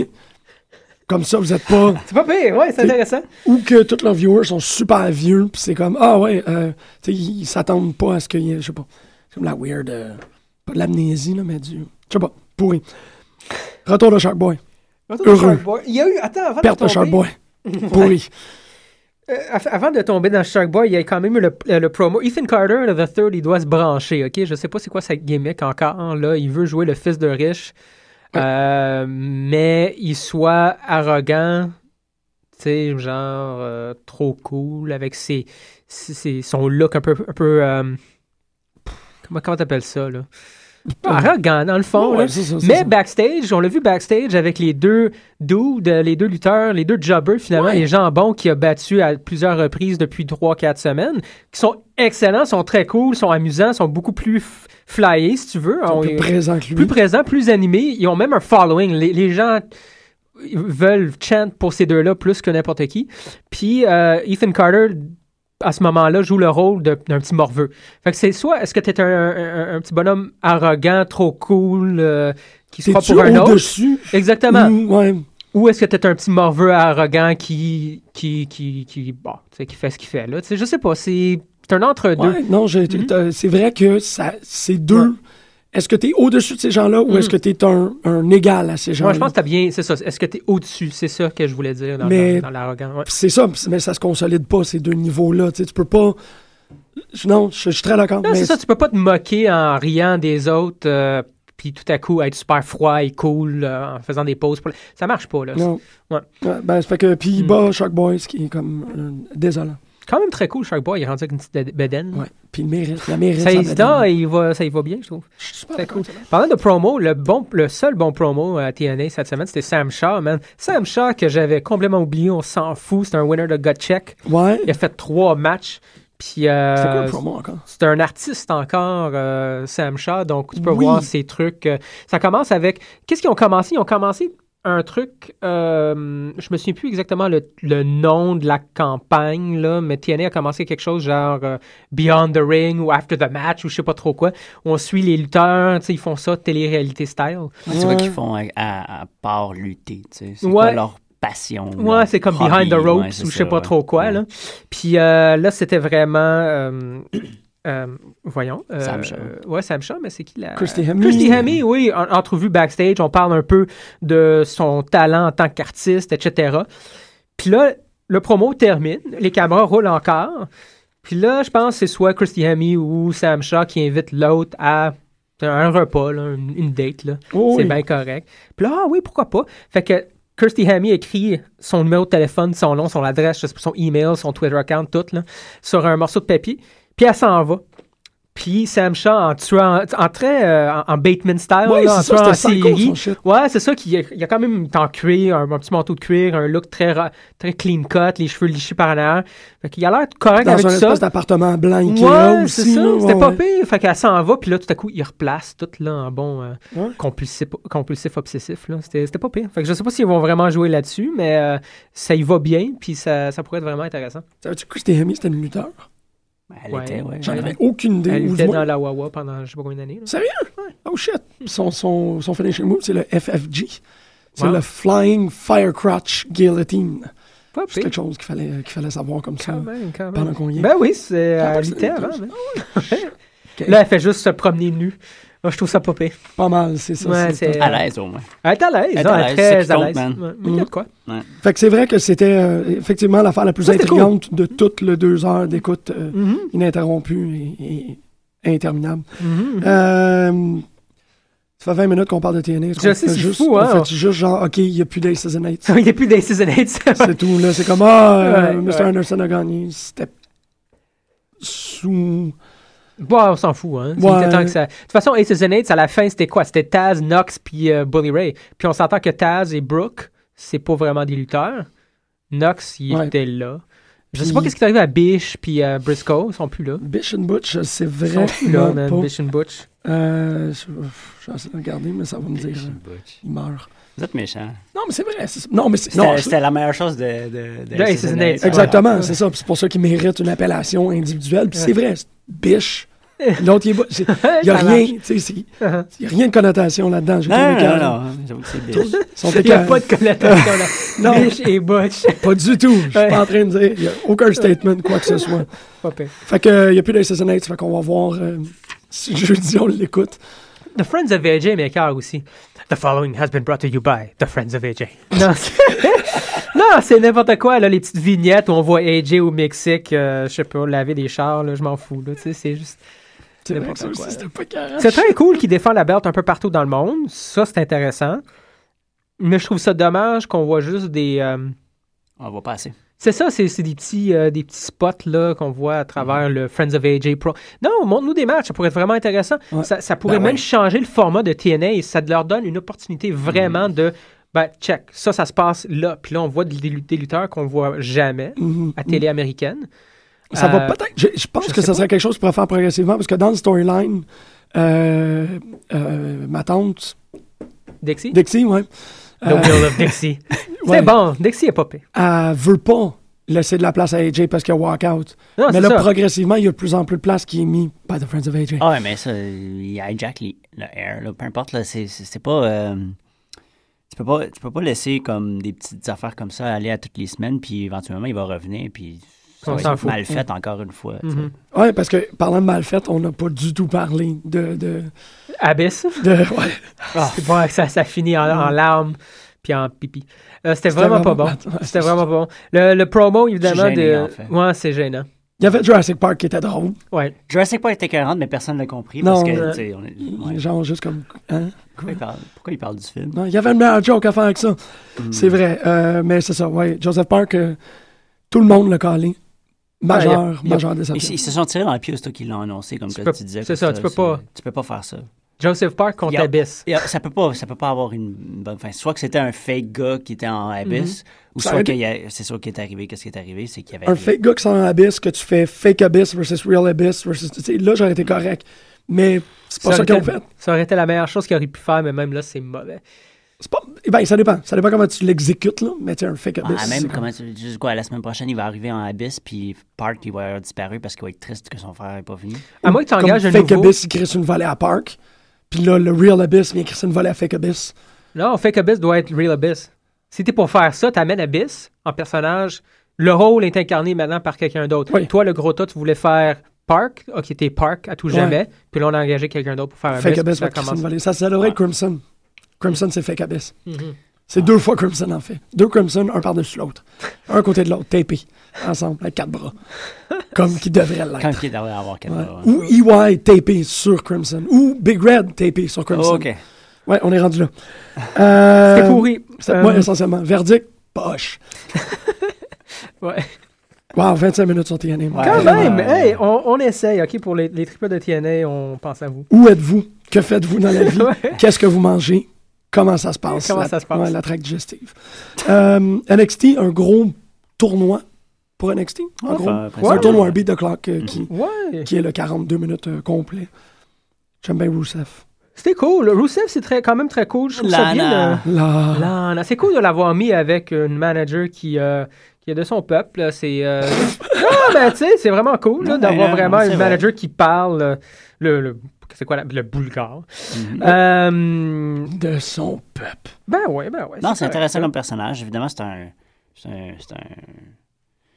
Comme ça, vous êtes pas
C'est pas pire, ouais, c'est intéressant.
ou que tous leurs viewers sont super vieux, puis c'est comme ah ouais, euh, tu sais, ils ils s'attendent pas à ce qu'il y ait, je sais pas, c'est comme la weird, euh, pas de l'amnésie là, mais du, je sais pas, pourri. Retour de Sharkboy, Heureux.
Il y a eu, attends, avant
perte de
de tomber,
Sharkboy, pourri.
euh, af- avant de tomber dans Shark Boy, il y a quand même eu le, euh, le promo. Ethan Carter, le The Third, il doit se brancher, OK? Je sais pas c'est quoi sa gimmick encore, là. Il veut jouer le fils de riche, euh, mais il soit arrogant, tu sais, genre euh, trop cool avec ses, ses- ses- son look un peu. Un peu euh, pff, comment comment t'appelles ça, là? Arrogant, dans le fond.
Ouais,
là.
ouais, c'est ça, c'est
mais ben,
ça.
backstage, on l'a vu backstage avec les deux dudes, euh, les deux lutteurs, les deux jobbers, finalement, les jambons qu'il a battus à plusieurs reprises depuis 3-4 semaines, qui sont excellents, sont très cool, sont amusants, sont beaucoup plus f- flyés, si tu veux. On-
plus présent que lui.
plus présents, plus animés. Ils ont même un following. Les, les gens veulent chant pour ces deux-là plus que n'importe qui. Puis euh, Ethan Carter, à ce moment-là, joue le rôle de- d'un petit morveux. Fait que c'est soit est-ce que t'es un, un- un petit bonhomme arrogant, trop cool, euh, qui se
T'es
croit
tu
pour un
au
autre.
dessus?
Exactement.
ouais.
Ou est-ce que t'es un petit morveux arrogant qui qui qui qui bon, tu sais, qui fait ce qu'il fait là. Tu sais, je sais pas. C'est c'est un entre-deux.
Ouais, non, j'ai-
Mhm.
t'as- t'as- c'est vrai que ça, c'est deux. Est-ce que t'es au-dessus de ces gens-là ou est-ce que t'es un, un égal à ces gens-là?
Mhm. Moi, je pense que t'as bien, c'est ça. Est-ce que t'es au-dessus? C'est ça que je voulais dire dans,
Mais-
dans- dans l'arrogant. ouais.
Puis c'est ça, mais ça se consolide pas, ces deux niveaux-là. Tu sais, tu peux pas. je- Non, je je suis très d'accord.
Non,
mais
c'est ça, tu peux pas te moquer en riant des autres, euh, puis tout à coup être super froid et cool euh, en faisant des pauses. Pour... Ça marche pas, là.
Non.
Ouais. Mm.
ben, ça fait que, puis il bat Shark Boy, ce qui est comme euh, désolant.
C'est quand même très cool, chaque boy, il est rendu avec une petite bed- bedaine.
Ouais. Puis il mérite, la mérite.
Mm. Ça,
sa
il,
bedaine.
ça, il va, ça, il va bien, je trouve.
Je suis
Très
pas
cool. Parlant de promo, le, bon, le seul bon promo à TNA cette semaine, c'était Sam Shaw, man. Sam Shaw, que j'avais complètement oublié, on s'en fout, c'est un winner de gut check.
Ouais.
Il a fait trois matchs, puis... euh,
C'est quoi le promo encore?
C'est un artiste encore, euh, Sam Shaw, donc tu peux
Oui.
voir ses trucs. euh, ça commence avec. Qu'est-ce qu'ils ont commencé Ils ont commencé un truc, euh, je me souviens plus exactement le, le nom de la campagne, là, mais TNA a commencé quelque chose genre euh, Beyond the Ring ou After the Match ou je sais pas trop quoi. On suit les lutteurs, tu sais, ils font ça télé-réalité style.
C'est quoi qu'ils font à, à- à part lutter, tu sais? C'est
Ouais.
quoi leur passion?
Ouais,
leur
c'est comme
hobby,
Behind the
ouais,
Ropes
c'est
ou je
ça,
sais pas
ouais.
trop quoi.
Ouais.
Là. Puis euh, là, c'était vraiment. euh, euh, voyons. euh,
Sam Shaw.
ouais, Sam Shaw, mais c'est qui la.
Christy Hemme.
Christy Hemme, oui. En, entrevue backstage, on parle un peu de son talent en tant qu'artiste, etc. Puis là, le promo termine, les caméras roulent encore. Puis là, je pense que c'est soit Christy Hemme ou Sam Shaw qui invite l'autre à un repas, là, une, une date. Là.
Oh
c'est
oui.
bien correct. Puis là, ah oui, pourquoi pas? Fait que Kirsty Hemme écrit son numéro de téléphone, son nom, son adresse, je sais pas, son email, son Twitter account, tout, là, sur un morceau de papier. Puis elle s'en va. Puis Sam Shaw, en tuant, en très, euh, en- en Bateman style,
Oui,
là,
c'est
en
ça,
tuant en
c'était psycho, son
série.
shit.
Ouais, c'est ça qu'il y a, il y a quand même en cuir, un, un petit manteau de cuir, un look très, ra- très clean cut, les cheveux lichés par en arrière. Fait qu'il a l'air correct
Dans un
avec
espèce
ça.
d'appartement blanc Ikea
Ouais, c'est
aussi.
ça.
là,
C'était
ouais,
pas
ouais.
pire. Fait qu'elle s'en va, puis là, tout à coup, il replace tout là en bon euh,
Ouais.
compulsif, compulsif obsessif. là. C'était c'était pas pire. Fait que je sais pas s'ils vont vraiment jouer là-dessus, mais euh, ça y va bien, puis ça, ça pourrait être vraiment intéressant.
Savais-tu que Christy Hemme, c'était une lutteur?
Ben, Elle
Ouais.
était, ouais.
J'en avais aucune idée.
Elle
Ou du
était
moins-
dans la Wawa pendant je sais pas combien d'années. là.
Sérieux? Oh shit. Son, son, son finishing move, c'est le FFG. C'est
Wow.
le Flying Firecrotch Guillotine.
Pas
C'est
pire.
quelque chose qu'il fallait, qu'il fallait savoir comme ça.
Quand même, quand
Pendant
même.
qu'on y est. Ah,
Ben oui, c'est elle
c'est-
luttait avant. hein. Là, elle fait juste se promener nue. Moi, je trouve ça pas pire.
Pas mal, c'est ça.
Ouais,
c'est-
c'est-
À l'aise, au moins.
Elle est à l'aise,
Elle est
hein,
à
elle est
l'aise, c'est
très
ce
à
qui
l'aise.
compte,
Ouais, Mais il y a
Mm.
de quoi. [laughs]
Fait que c'est vrai que c'était euh, effectivement l'affaire la plus
Ça, Mm-hmm. c'était
intrigante de toutes les deux heures d'écoute euh,
Mm-hmm.
ininterrompue et, et interminable.
Mm-hmm.
Euh, ça fait 20 minutes qu'on parle de TNA.
Je sais,
fait
c'est
juste,
fou, hein.
On fait juste genre, OK, il n'y a plus d'Ace Season 8.
Il n'y a plus d'Aces and Eights.
C'est tout, là. C'est comme, ah, euh,
Ouais,
Mr.
ouais.
Anderson a gagné. C'était sous...
Bon, on s'en fout, hein.
Ouais.
C'était tant que ça- De toute façon, Aces and Eights, à la fin, c'était quoi? C'était Taz, Knox, puis euh, Bully Ray. Puis on s'entend que Taz et Brooke, c'est pas vraiment des lutteurs. Knox, il
Ouais.
était là. Je sais
Puis-
pas qu'est-ce qui est arrivé à Bish puis à Briscoe, ils sont plus là.
Bish and Butch, c'est
Ils sont
vrai.
plus là, man,
pas.
Bish and Butch.
Euh, je- pff, J'ai essayé de regarder, mais ça va me dire. euh, Il meurt.
Vous êtes méchants.
Non, mais c'est vrai. c'est- Non, mais c'est. non,
C'était
je-
c'était la meilleure chose de... de, de
De Ace
Season
and
eight,
Eight,
ouais.
Exactement, c'est ça. Puis C'est pour ça qu'il mérite une appellation individuelle. Puis c'est vrai, c'est biche. L'autre, il est bas-
[laughs]
c'est- il n'y a
Ça
rien.
marche. Uh-huh.
tu sais, c'est-
[laughs]
Il n'y a rien de connotation là-dedans. J'ai
Non,
trouvé
non,
carré.
non, non. J'avoue que c'est bitch.
[laughs]
Ils sont
Il n'y a
écœurants.
pas de connotation là.
[laughs] Non.
Bish et Butch.
Pas du tout. Je suis
Ouais.
pas en train de dire. Il n'y a aucun statement, quoi que ce soit.
Pas pire.
Fait que, il n'y a plus d'assassinates. Fait qu'on va voir. euh, [laughs] si jeudi, on l'écoute.
The Friends of AJ m'écœure aussi. The following has been brought to you by The Friends of AJ. [laughs] Non, c'est- Non, c'est n'importe quoi, là, les petites vignettes où on voit AJ au Mexique, euh, je sais pas, laver des chars, là, je m'en fous, là, tu sais, c'est juste...
C'est vrai que
N'importe
ça aussi,
quoi.
c'était pas carré.
C'est très cool qu'il défend la belt un peu partout dans le monde, ça, c'est intéressant. Mais je trouve ça dommage qu'on voit juste des... euh,
On va passer.
c'est ça, c'est c'est des petits, euh, des petits spots là qu'on voit à travers le Friends of AJ Pro. Non, montre-nous des matchs, ça pourrait être vraiment intéressant.
Ouais.
Ça, ça pourrait
Ben
même
ouais.
changer le format de TNA et ça leur donne une opportunité
Mm.
vraiment de ben, check, ça, ça se passe là. Puis là, on voit des, des lutteurs qu'on voit jamais
Mhm.
à télé américaine.
Ça va
Euh,
peut-être. Je, je pense
je
que
sais
ça
pas.
serait quelque chose qu'il pourrait faire progressivement parce que dans le storyline, euh, euh, ma tante,
Dixie?
Dixie, ouais,
The Will
[laughs]
of Dixie.
Euh. ouais.
C'est bon, Dixie est pas pire.
elle veut pas laisser de la place à AJ parce qu'il y a walk-out.
Non,
Mais
c'est
là,
ça.
progressivement, il y a de plus en plus de place qui est mise par The Friends of AJ.
Ah ouais, mais ça, il hijack les- le air, là. Peu importe, là, c'est- c'est c'est pas... euh, tu peux pas, tu peux pas laisser comme des petites affaires comme ça aller à toutes les semaines, puis éventuellement, il va revenir, puis ça
On
va
s'en
être
fout. Mm-hmm.
mal fait encore une fois. tu sais.
Ouais, parce que parlant de mal fait, on n'a pas du tout parlé de. de,
Abyss.
de- ouais. Ah.
C'est bon, ça, ça finit en,
Mm.
en larmes puis en pipi. Euh, C'était
C'était
vraiment,
vraiment-
pas
[laughs]
bon.
Ouais,
C'était vraiment pas bon. Le, le promo, évidemment,
C'est gênant,
de...
en fait.
Ouais, c'est gênant.
Il y avait Jurassic Park qui était drôle.
Ouais.
Jurassic Park était 40, mais personne ne l'a compris,
Non,
parce que,
euh,
tu sais, on est- ouais.
Les gens juste comme. Hein?
pourquoi, il parle, pourquoi il parle du film?
Non, il y avait une meilleure joke à faire avec ça.
Hmm.
C'est vrai. euh, mais c'est ça, ouais. Joseph Park, euh, tout le monde l'a calé.
Ouais,
Majeur,
il y a-
majeur de
Ils, ils se sont tirés dans le pied aussitôt qu'ils l'ont annoncé, comme
Tu
que
peux-
tu disais.
c'est
que
ça, tu peux
c'est-
pas.
Tu peux pas faire ça.
Joseph Park contre
Yep.
Abyss.
Et, euh, ça peut pas, ça peut pas avoir une une bonne fin. Soit que c'était un fake gars qui était en abyss, ou
Ça
soit
aurait
qu'il y a- c'est sûr qu'il est arrivé. Qu'est-ce qui est arrivé, c'est qu'il y avait
un fake gars qui sort en abyss, que tu fais fake abyss versus real abyss versus. tu sais, là, j'aurais été correct. Mais c'est pas ça,
aurait
qu'ils ont
été-
fait.
ça aurait été la meilleure chose qu'ils auraient pu faire, mais même là, c'est mauvais.
C'est pas... eh ben, ça dépend. Ça dépend comment tu l'exécutes, là. Mais tu sais, un fake
Ah,
abyss.
même
c'est-
comment tu- juste quoi, la semaine prochaine, il va arriver en abyss, puis Park, il va avoir disparu parce qu'il va être triste que son frère n'est pas venu.
À moins que tu
Comme
engages un
Fake
nouveau.
Abyss, il crée une volée à Park. Puis là, le Real Abyss vient créer une volée à Fake Abyss.
Non, Fake Abyss doit être Real Abyss. Si t'es pour faire ça, t'amènes Abyss en personnage. Le rôle est incarné maintenant par quelqu'un d'autre.
Oui.
Toi, le gros tas, tu voulais faire Park. Ok, t'es Park à tout
Ouais.
jamais. Puis là, on a engagé quelqu'un d'autre pour faire Abyss.
Fake
puis
Abyss
ça
va créer une
commence.
volée. Ça, ça devrait être Crimson. Crimson, c'est Fake Abyss.
Mm-hmm.
C'est deux fois Crimson, en fait. Deux Crimson, un par-dessus l'autre. Un côté de l'autre, tapé. Ensemble, avec quatre bras. Comme qui devrait
Quand
l'être.
il devrait avoir quatre
Ouais.
Ah
bras, ouais.
Ou EY tapé sur Crimson. Ou Big Red tapé sur Crimson.
Ok.
Ouais, on est rendu là. Euh,
Oh, C'était pourri.
c'est-
Euh,
ouais, essentiellement. Verdict, poche.
[laughs] ouais.
Wow, 25 minutes sur TNA. mon
Ouais.
gars.
Quand même,
Euh,
hey, on, on essaye. Ok, pour les, les triples de TNA, on pense à vous.
Où êtes-vous? Que faites-vous
[laughs]
dans la vie?
Ouais.
Qu'est-ce que vous mangez? Comment ça se passe?
Comment
La-
ça se passe?
ouais, la traque digestive. Euh, NXT, un gros tournoi pour NXT. En
Ouais,
gros.
enfin, Mhm.
C'est un
ouais.
tournoi, un beat the clock euh, qui,
Ouais.
qui est le 42 minutes euh, complet. J'aime bien Rousseff.
C'était cool. Rousseff, c'est très, quand même très cool. Je trouve ça bien.
Lana.
euh,
Là.
Lana. C'est cool de l'avoir mis avec une manager qui, euh, qui est de son peuple. là. C'est. euh, [laughs] non, mais tu sais, c'est vraiment cool là,
Non,
d'avoir
mais, euh,
vraiment
c'est
une
vrai.
manager qui parle euh, le. le- c'est quoi la- le bulgare?
Mm-hmm.
Euh,
De son peuple.
ben ouais, ben ouais.
Non, c'est
correct.
intéressant comme personnage. Évidemment, c'est un. C'est un. C'est un-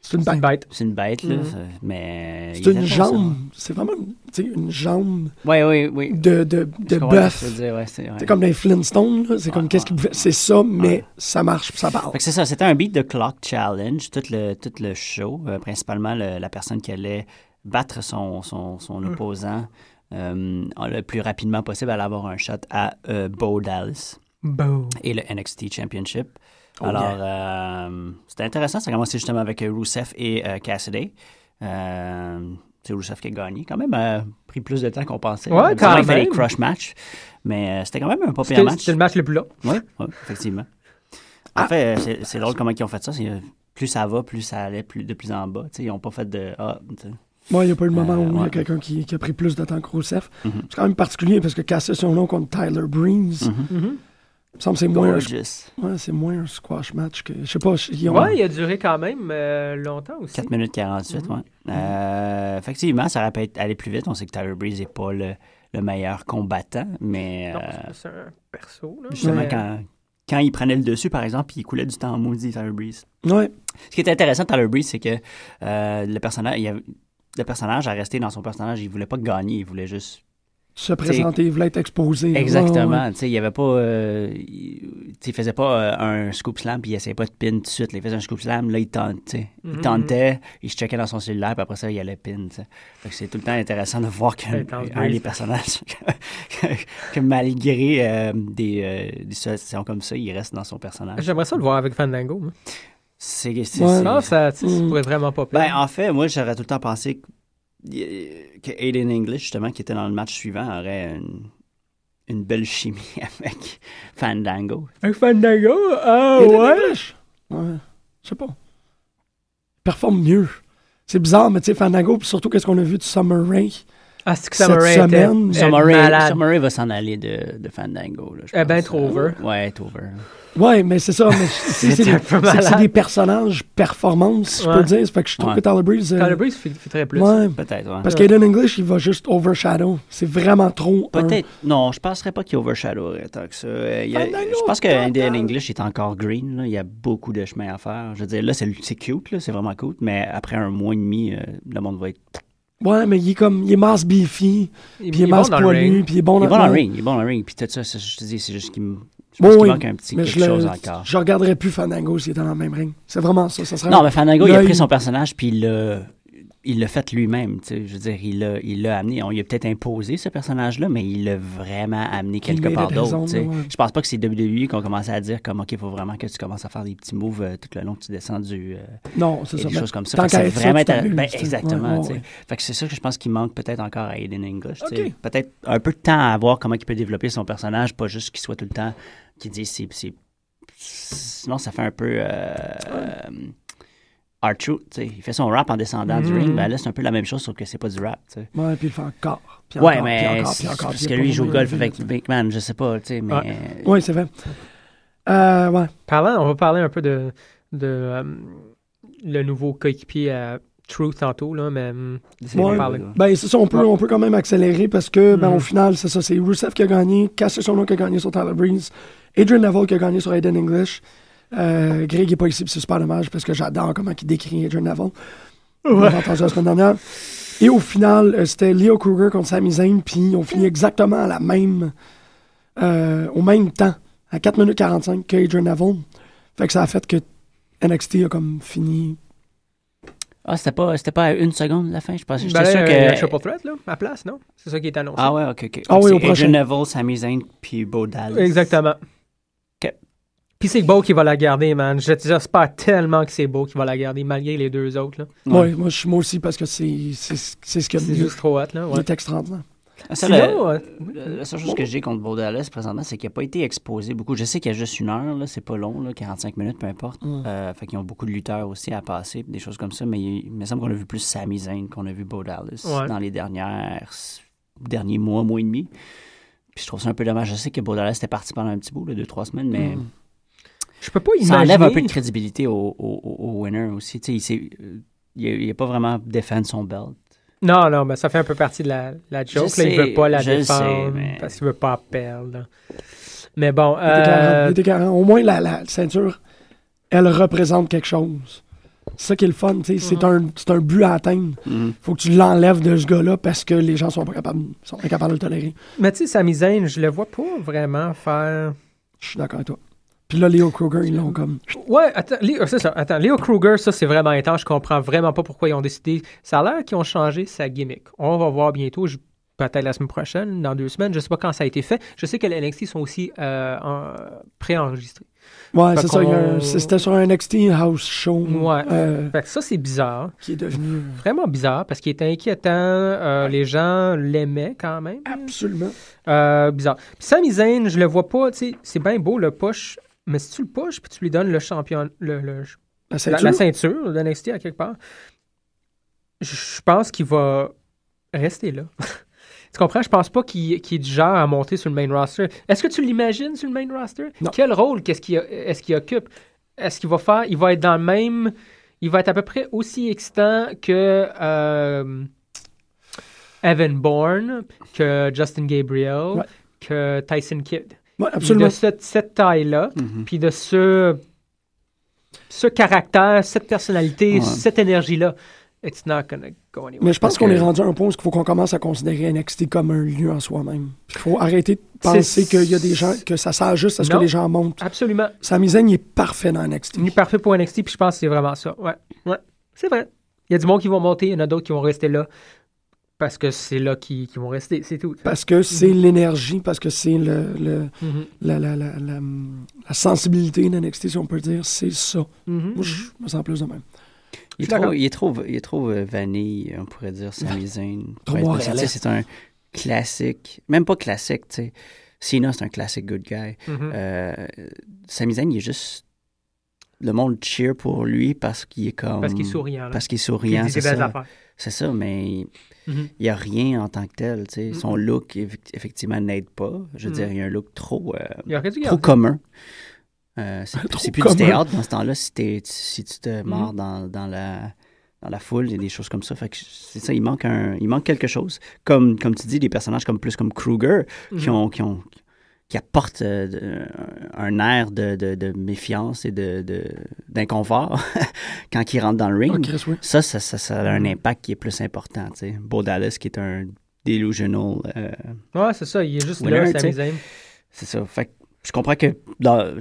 C'est une
C'est une
bête.
bête.
c'est une bête, là.
Mhm.
ça- Mais.
C'est
il est
une
intéressant.
jambe. C'est vraiment une- tu sais, une jambe
Ouais, oui, oui.
de, de, de
Je comprends ce que
bœuf.
tu veux dire, ouais, c'est ouais.
C'est comme les Flintstones, là. c'est comme
Ouais,
qu'est-ce qu'ils
ouais,
pouvaient- C'est ça, mais ça marche, puis ça parle.
Fait que c'est ça, c'était un beat de clock challenge, tout le, tout le show, euh, principalement le- la personne qui allait battre son, son, son
Mhm.
opposant euh, en- le plus rapidement possible, allait avoir un shot à euh, Bo Dallas
Beau.
et le NXT Championship.
Oh,
Alors, euh, c'était intéressant, ça a commencé justement avec euh, Rusev et euh, Cassidy. Euh, c'est Rusev qui a gagné, quand même, euh, pris plus de temps qu'on pensait.
Ouais,
Il me semble
quand
qu'il fait des
même.
crush matchs, mais euh, c'était quand même un pas pire
C'était
match.
c'était le match le Ah. plus long.
Oui, ouais, effectivement. En fait, euh, c'est- c'est drôle comment ils ont fait ça. c'est, euh, Plus ça va, plus ça allait plus, de plus en bas. Tu sais, ils n'ont pas fait de. Ah, tu sais.
Moi, il n'y a pas eu le moment
Euh,
où il y a
ouais. Mhm.
quelqu'un qui, qui a pris plus de temps que Rousseff. C'est quand même particulier parce que casser son nom contre Tyler Breeze,
Mhm.
Mhm.
il me semble que c'est moins, un squ-
Gorgeous.
ouais, c'est moins un squash match que. Je sais pas, ils ont-
Ouais, il a duré quand même euh, longtemps aussi.
4 minutes 48, ouais. Euh, effectivement, ça aurait pu être- aller plus vite. On sait que Tyler Breeze n'est pas le, le meilleur combattant, mais
Non, Mm-hmm.
euh,
c'est- c'est un perso. Là,
justement,
mais-
quand, quand il prenait le dessus, par exemple, il coulait du temps en maudit, Tyler Breeze.
Ouais.
Ce qui est intéressant de Tyler Breeze, c'est que euh, le, personnage, il avait- le personnage a resté dans son personnage. Il voulait pas gagner, il voulait juste
se présenter, il voulait être exposé. Ouais, ouais.
Exactement. Tu sais, il y avait pas. euh, il- tu sais, il faisait pas euh, un scoop slam, puis il essayait pas de pin tout de suite. là. Il faisait un scoop slam, là, il, tente, tu sais. il
Mm-hmm.
Mhm.
tentait, il se checkait dans son cellulaire, puis après ça, il allait pin. tu sais. Fait que C'est tout le temps intéressant de voir qu'un
Intense
un
breeze.
des personnages, [laughs] que, que malgré euh, des, euh, des situations comme ça, il reste dans son personnage.
J'aimerais ça le voir avec Fandango. moi.
C'est. c'est-
Ouais.
c'est-
Non, ça, tu sais, ça
Mm.
pourrait vraiment pas plaire.
Ben, en fait, moi, j'aurais tout le temps pensé que, que Aiden English, justement, qui était dans le match suivant, aurait une, une belle chimie [laughs] avec Fandango.
Avec Fandango? Ah
Il est
ouais?
English. Ouais. Je sais pas. Il performe mieux. C'est bizarre, mais tu sais, Fandango, puis surtout qu'est-ce qu'on a vu de Summer Rae.
Ah, c'est que
Cette
Summer Rae était-
semaine,
était
Summer Rae-
malade.
Summer Rae va s'en aller de, de Fandango. Là, je
Eh ben,
pense. hein.
être over.
Ouais, être over.
Ouais, mais c'est ça.
[laughs]
mais C'est c'est
C'est
des,
un peu
c'est- c'est
malade.
des personnages performance, si je
Ouais.
peux dire. Fait que je trouve
Ouais.
que Tyler Breeze. euh,
Tyler Breeze fit- fitterait plus.
ouais.
Peut-être, ouais.
Parce qu'Aiden English, il va juste overshadow. C'est vraiment trop. un-
Peut-être. Non, je penserais pas qu'il overshadowerait tant que ça. Euh, il y a-
Fandango,
je pense que
total.
Indian English est encore green. là. Il y a beaucoup de chemin à faire. Je veux dire, là, c'est c'est cute, là, c'est vraiment cute, mais après un mois et demi, euh, le monde va être.
Ouais, mais il est comme. Il est masse beefy, puis
Il,
il est
il est bon
masse
dans le
poilu,
ring.
puis il est bon
Il est bon
ouais.
dans le ring, il est bon dans le ring. Puis tout ça, ça, je te dis, c'est juste qu'il me. Je
Bon,
pense qu'il
oui,
manque un petit
Mais
quelque
je, le-
chose encore.
je regarderais plus Fandango s'il était dans le même ring. C'est vraiment ça. ça serait
Non, mais Fandango, il a
Là,
pris
il-
son personnage, puis il l'a. Il l'a fait lui-même, tu sais. Je veux dire, il l'a, il l'a amené. On lui a peut-être imposé ce personnage-là, mais il l'a vraiment amené quelque
mérite
part
raison,
d'autre, tu sais.
ouais.
Je pense pas que c'est WWE qui ont commencé à dire comme, OK, il faut vraiment que tu commences à faire des petits moves euh, tout le long que tu descends du... euh,
Non, c'est
et
ça.
des
mais
choses comme ça.
tant
Fait que
qu'à
c'est
être ça,
vraiment
tu t'amuses,
intéressant. Ben,
tu sais. Ouais,
exactement,
ouais,
tu sais.
ouais.
Fait que c'est ça que je pense qu'il manque peut-être encore à Aiden English, tu sais.
OK.
Peut-être un peu de temps à voir comment il peut développer son personnage, pas juste qu'il soit tout le temps... qu'il dise c'est... c'est- Sinon, ça fait un peu... Euh, R-Truth, tu sais, il fait son rap en descendant du
Mm.
Mhm.
ring, ben là, c'est un peu la même chose, sauf que c'est pas du rap, tu sais.
Ouais, puis il le fait encore. puis
Ouais,
encore, puis
mais
encore,
c'est-
puis encore,
parce
puis il
que
est pas
lui, il joue au
mauvais,
golf
puis-
avec Big Man, je sais pas, tu sais, mais...
Ouais.
Oui, c'est vrai. Euh, ouais.
Parlant, on va parler un peu de, de euh, le nouveau coéquipier à Truth tantôt, là, mais hum,
C'est
Ouais.
mieux,
Parler.
là.
Ben, c'est ça, on peut, on peut quand même accélérer parce que, ben,
Mhm.
au final, c'est ça. C'est Rusev qui a gagné, Cassius Ono qui a gagné sur Tyler Breeze, Adrian Neville qui a gagné sur Aiden English. Euh, Greg n'est pas ici, puis c'est super dommage parce que j'adore comment il décrit Adrian Neville. On l'a entendu la semaine dernière. Et au final, euh, c'était Leo Kruger contre Sami Zayn, puis on finit exactement à la même, euh, au même temps, à 4 minutes 45 que Adrian Neville. Fait que ça a fait que NXT a comme fini.
Ah, c'était pas, c'était pas à une seconde de la fin, je pense. J'étais
ben,
sûr
euh,
que.
il y a Triple Threat, là, à place, non? C'est ça qui est annoncé.
Ah ouais, ok, ok.
Ah oui, au
C'est
prochain.
Adrian Neville, Sami Zayn, puis Bo Dallas.
Exactement.
Ok.
Puis c'est Beau qui va la garder, man. Je- J'espère tellement que c'est Beau qui va la garder, malgré les deux autres. là.
Ouais.
Ouais, moi, je suis moi aussi parce que c'est c'est- c'est ce qu'il y a de
C'est
mieux.
juste trop hâte, là.
Il
Ouais.
est extraordinaire.
Ah, ça,
Sinon, euh,
le- la seule chose que j'ai contre Bo Dallas présentement, c'est qu'il n'a pas été exposé beaucoup. Je sais qu'il y a juste une heure, là, c'est pas long, là, 45 minutes, peu importe. Euh, fait qu'ils ont beaucoup de lutteurs aussi à passer, puis des choses comme ça, mais il, il me semble qu'on a vu plus Sami Zayn qu'on a vu Bo Dallas
Ouais.
dans les dernières derniers mois, mois et demi. Puis je trouve ça un peu dommage. Je sais que Bo Dallas était parti pendant un petit bout, là, deux, trois semaines, mais
Hmm.
je peux pas
ça
imaginer.
enlève un peu de crédibilité au, au- au- au winner aussi. Tu sais, il s'est- euh, il a- il a pas vraiment défendu son belt.
Non, non, mais ça fait un peu partie de la, la joke.
Je
là.
sais,
il veut pas la
je le
défendre
sais, mais-
parce qu'il veut pas perdre. Mais bon,
Il était carré-
euh,
il était carré. Au moins, la, la ceinture, elle représente quelque chose. C'est ça qui est le fun. tu sais. C'est un,
Mhm.
c'est un but à atteindre. faut que tu l'enlèves de ce gars-là parce que les gens sont, pas capables, sont incapables de le tolérer.
mais tu sais, Sami Zayn, je le vois pas vraiment faire.
Je suis d'accord avec toi. Puis là, Leo Kruger, ils l'ont comme.
Ouais, attends, Leo- c'est ça. Attends, Leo Kruger, ça c'est vraiment intense. Je comprends vraiment pas pourquoi ils ont décidé. Ça a l'air qu'ils ont changé sa gimmick. On va voir bientôt. je- Peut-être la semaine prochaine, dans deux semaines. Je sais pas quand ça a été fait. Je sais que les NXT sont aussi euh, en- préenregistrés.
Ouais,
Fait
c'est ça. il y a un-
qu'on-
c'est- C'était sur un NXT House Show
Ouais. Mm.
euh,
Fait que ça, c'est bizarre.
qui est devenu
Vraiment bizarre parce qu'il était inquiétant. euh, les gens l'aimaient quand même.
absolument.
Euh, bizarre. Puis Sami Zayn, je le vois pas. tu sais, C'est bien beau le push, mais si tu le push puis tu lui donnes le champion, le,
La
le- la,
ceinture.
la ceinture de NXT à quelque part, je- je pense qu'il va rester là. [laughs] tu comprends? Je pense pas qu'il qu'il est du genre à monter sur le main roster. Est-ce que tu l'imagines sur le main roster?
Non.
Quel rôle qu'est-ce qu'il est-ce qu'il occupe? Est-ce qu'il va faire? Il va être dans le même. Il va être à peu près aussi excitant que euh, Evan Bourne, que Justin Gabriel,
Ouais.
que Tyson Kidd
Ouais, absolument.
de cette, cette taille-là,
Mhm.
puis de ce, ce caractère, cette personnalité,
Ouais.
cette énergie-là, it's not gonna go anywhere.
Mais je pense
Parce
qu'on
que-
est rendu à un point où il faut qu'on commence à considérer NXT comme un lieu en soi-même. Il faut arrêter de penser
C'est-
qu'il y a des gens, que ça sert juste à ce
Non.
que les gens montent.
Absolument.
Sami Zayn, il est parfait dans NXT.
Il est parfait pour NXT, puis je pense que c'est vraiment ça. Ouais. ouais. C'est vrai. Il y a du monde qui vont monter, il y en a d'autres qui vont rester là parce que c'est là qu'ils qu'ils vont rester, c'est tout.
Parce que c'est l'énergie, parce que c'est le, le-
Mhm.
la, la, la, la- la sensibilité d'NXT, si on peut dire, c'est ça.
Mhm.
Moi, je me sens plus de même.
Il est,
Je suis
trop, il, est trop, il est trop, euh, vanille, on pourrait dire, Sami Zayn.
Trop
Ouais,
Montréalais.
tu sais, C'est un classique, même pas classique, tu sais. Cena, c'est un classique good guy.
Mhm.
Euh, Sami Zayn, il est juste. Le monde cheer pour lui parce qu'il est comme.
Parce qu'il est souriant. là.
Parce qu'il est
Puis il
souriant,
dit
c'est
des belles
ça.
affaires.
C'est ça, mais
Mhm.
il n'y a rien en tant que tel, tu
Mm.
sais. Son look, effe- effectivement, n'aide pas. Je veux
Mhm.
dire, il y a un look trop. euh,
Il aurait dû
trop
garder.
commun. Euh,
[laughs]
c'est
Trop
c'est plus
commun. Mm-hmm.
du théâtre dans ce temps-là si, t'es- si tu te mords dans, dans la, dans la foule et des choses comme ça. Fait que c'est ça, il manque, un, il manque quelque chose. Comme, comme tu dis, des personnages comme plus comme Kruger qui,
Mm-hmm.
ont, qui, ont, qui apportent euh, de- un air de, de- de méfiance et d'inconfort de, d'inconfort [laughs] quand ils rentrent dans le ring.
Ah, Chris, oui. Mm-hmm.
Ça, ça, ça, ça a un impact qui est plus important. tu sais. Bo Dallas qui est un delusional euh,
Ouais, c'est ça, il est juste
Winner,
là,
tu
Sami Zayn.
c'est ça. Fait que je comprends que dans-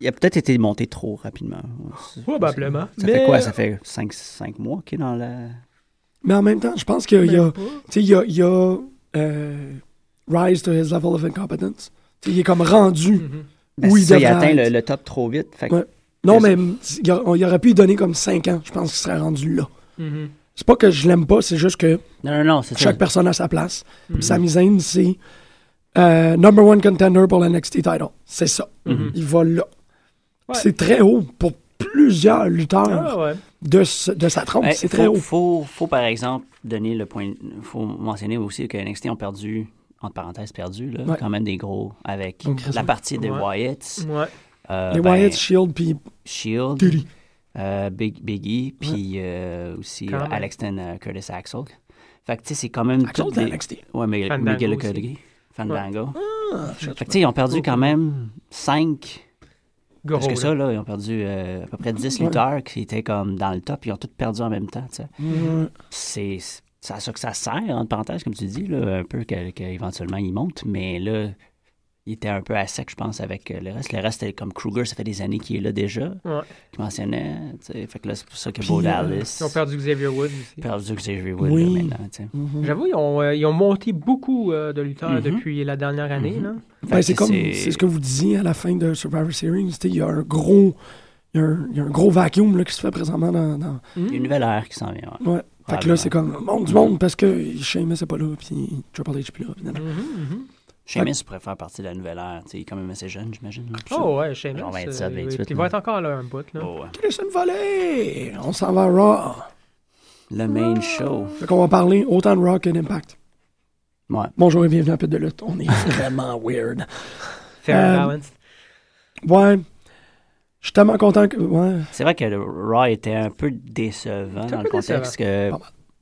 il a peut-être été monté trop rapidement. C'est-
Probablement.
Ça
Mais-
fait quoi? Ça fait 5, mois qu'il est dans la...
Mais en même temps, je pense qu'il y a, tu sais, il y a, il y a, euh, Rise to his level of incompetence. Tu sais, il est comme rendu.
Mhm.
Ben,
où
c'est ça, il
devrait
a atteint
être.
le, le top trop vite. Fait que-
Ouais. Non,
C'est
mais il y a- on- il aurait pu y donner comme 5 ans. Je pense qu'il serait rendu là.
Mhm.
C'est pas que je l'aime pas, c'est juste que
Non, non, non, c'est ça.
chaque personne a sa place. Puis
Mhm.
Sami Zayn, c'est euh, number one contender pour le NXT title. C'est ça.
Mhm.
Il va là. Puis C'est très haut pour plusieurs lutteurs
Ah ouais.
de, ce- de sa trompe.
Ouais,
c'est
faut-
très haut.
Faut, faut, par exemple, donner le point... faut mentionner aussi que NXT ont perdu, entre parenthèses, perdu, là,
Ouais.
quand même des gros avec
Donc, Chris,
la
oui.
partie des
Ouais.
Wyatts,
Ouais.
Euh,
les
ben,
Wyatt, Shield, puis
Shield,
Teddy.
euh, Big, Biggie, puis euh, aussi
Quand
euh,
même.
Alexton euh, Curtis Axel. Fait que tu sais, c'est quand même.
Axel
toutes
de
des-
NXT.
Ouais, mais
Fandango
McGillicuddy, Fandango.
Ah, je-
Fait que tu sais, ils ont perdu quand même 5.
Gros,
Parce que
là.
ça, là, ils ont perdu euh, à peu près 10
Ouais.
lutteurs qui étaient comme dans le top. Ils ont tous perdu en même temps, tu sais.
Mhm.
Ouais.
c'est c'est à ça que ça sert, entre parenthèses, comme tu dis, là, un peu que- qu'éventuellement il monte, mais là, il était un peu à sec, je pense, avec euh, le reste. Le reste, c'était comme Kruger, ça fait des années qu'il est là déjà,
Ouais.
qu'il mentionnait. tu sais. Fait que là, c'est pour ça que
Puis,
Bo
euh,
Dallas
Ils ont perdu Xavier Woods aussi.
a perdu que Xavier Wood
Oui.
là, maintenant. tu sais.
J'avoue, ils ont, euh, ils ont monté beaucoup euh, de lutteurs
Mhm.
depuis la dernière année.
Mhm.
là.
Fait
Ben,
que
c'est comme c'est ce que vous disiez à la fin de Survivor Series. c'était, Il y a un gros. Il y, a un, il y a un gros vacuum là, qui se fait présentement dans. dans-
il y a une nouvelle ère qui s'en vient. ouais.
Ouais. Fait
Ah,
que là, c'est
ben.
comme monde du monde parce que Sheamus c'est pas là, puis Triple H plus là. puis
Mhm,
nanana.
Sheamus pourrait faire partie de la nouvelle ère. tu sais, Il est quand même assez jeune, j'imagine. là, tout ça.
Oh ouais, Sheamus.
Genre 27,
euh,
28,
Il va
là.
être encore là un bout. Là.
Oh, ouais.
Christian Volley! On s'en va à Raw.
Le main show.
Fait qu'on va parler autant de Raw que d'Impact.
Ouais.
Bonjour et bienvenue à Pit de Lutte. On est
[laughs]
vraiment weird.
Fair and
Euh,
balanced.
Ouais. Je suis tellement content que. Ouais.
C'est vrai que le Raw était un peu décevant
un
dans le
peu décevant.
contexte que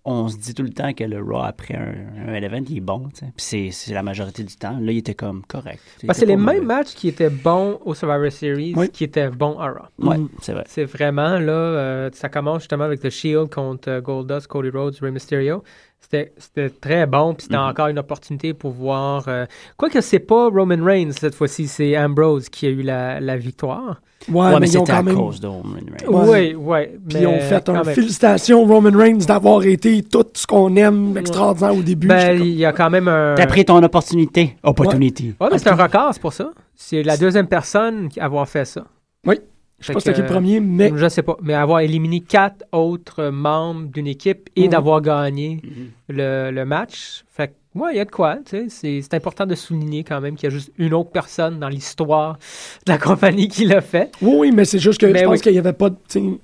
on se dit tout le temps que le Raw après un, un event, il est bon. tu sais. Puis c'est- c'est la majorité du temps. Là, il était comme correct. Il
Parce que c'est
était
les
pas
mêmes
mauvais.
matchs qui étaient bons au Survivor Series
Oui.
qui étaient bons à Raw.
Ouais, c'est vrai.
C'est vraiment là, euh, ça commence justement avec The Shield contre euh, Goldust, Cody Rhodes, Rey Mysterio. C'était c'était très bon, puis
Mhm.
c'était encore une opportunité pour voir. euh, Quoique c'est pas Roman Reigns cette fois-ci, c'est Ambrose qui a eu la, la victoire.
Ouais,
Ouais, mais,
mais ils ont
c'était à
quand même.
cause de Roman Reigns.
Ouais.
Oui, oui.
Puis ils ont fait un
film.
félicitation Roman Reigns d'avoir été tout ce qu'on aime extraordinaire au début.
Ben,
J'étais
il y a quand même un.
T'as pris ton opportunité. Opportunity.
Ouais, mais c'est un record, c'est pour ça. C'est la deuxième personne à avoir fait ça.
comme- Je sais pas c'était qui le premier, mais
Je sais pas. Mais avoir éliminé quatre autres euh, membres d'une équipe et
Mhm.
d'avoir gagné le, le match. Fait que, ouais, il y a de quoi. tu sais. C'est c'est important de souligner quand même qu'il y a juste une autre personne dans l'histoire de la compagnie qui l'a fait.
Oui, oui, mais c'est juste que
Mais
je pense
Ben oui.
qu'il n'y avait pas de. t'sais, Ils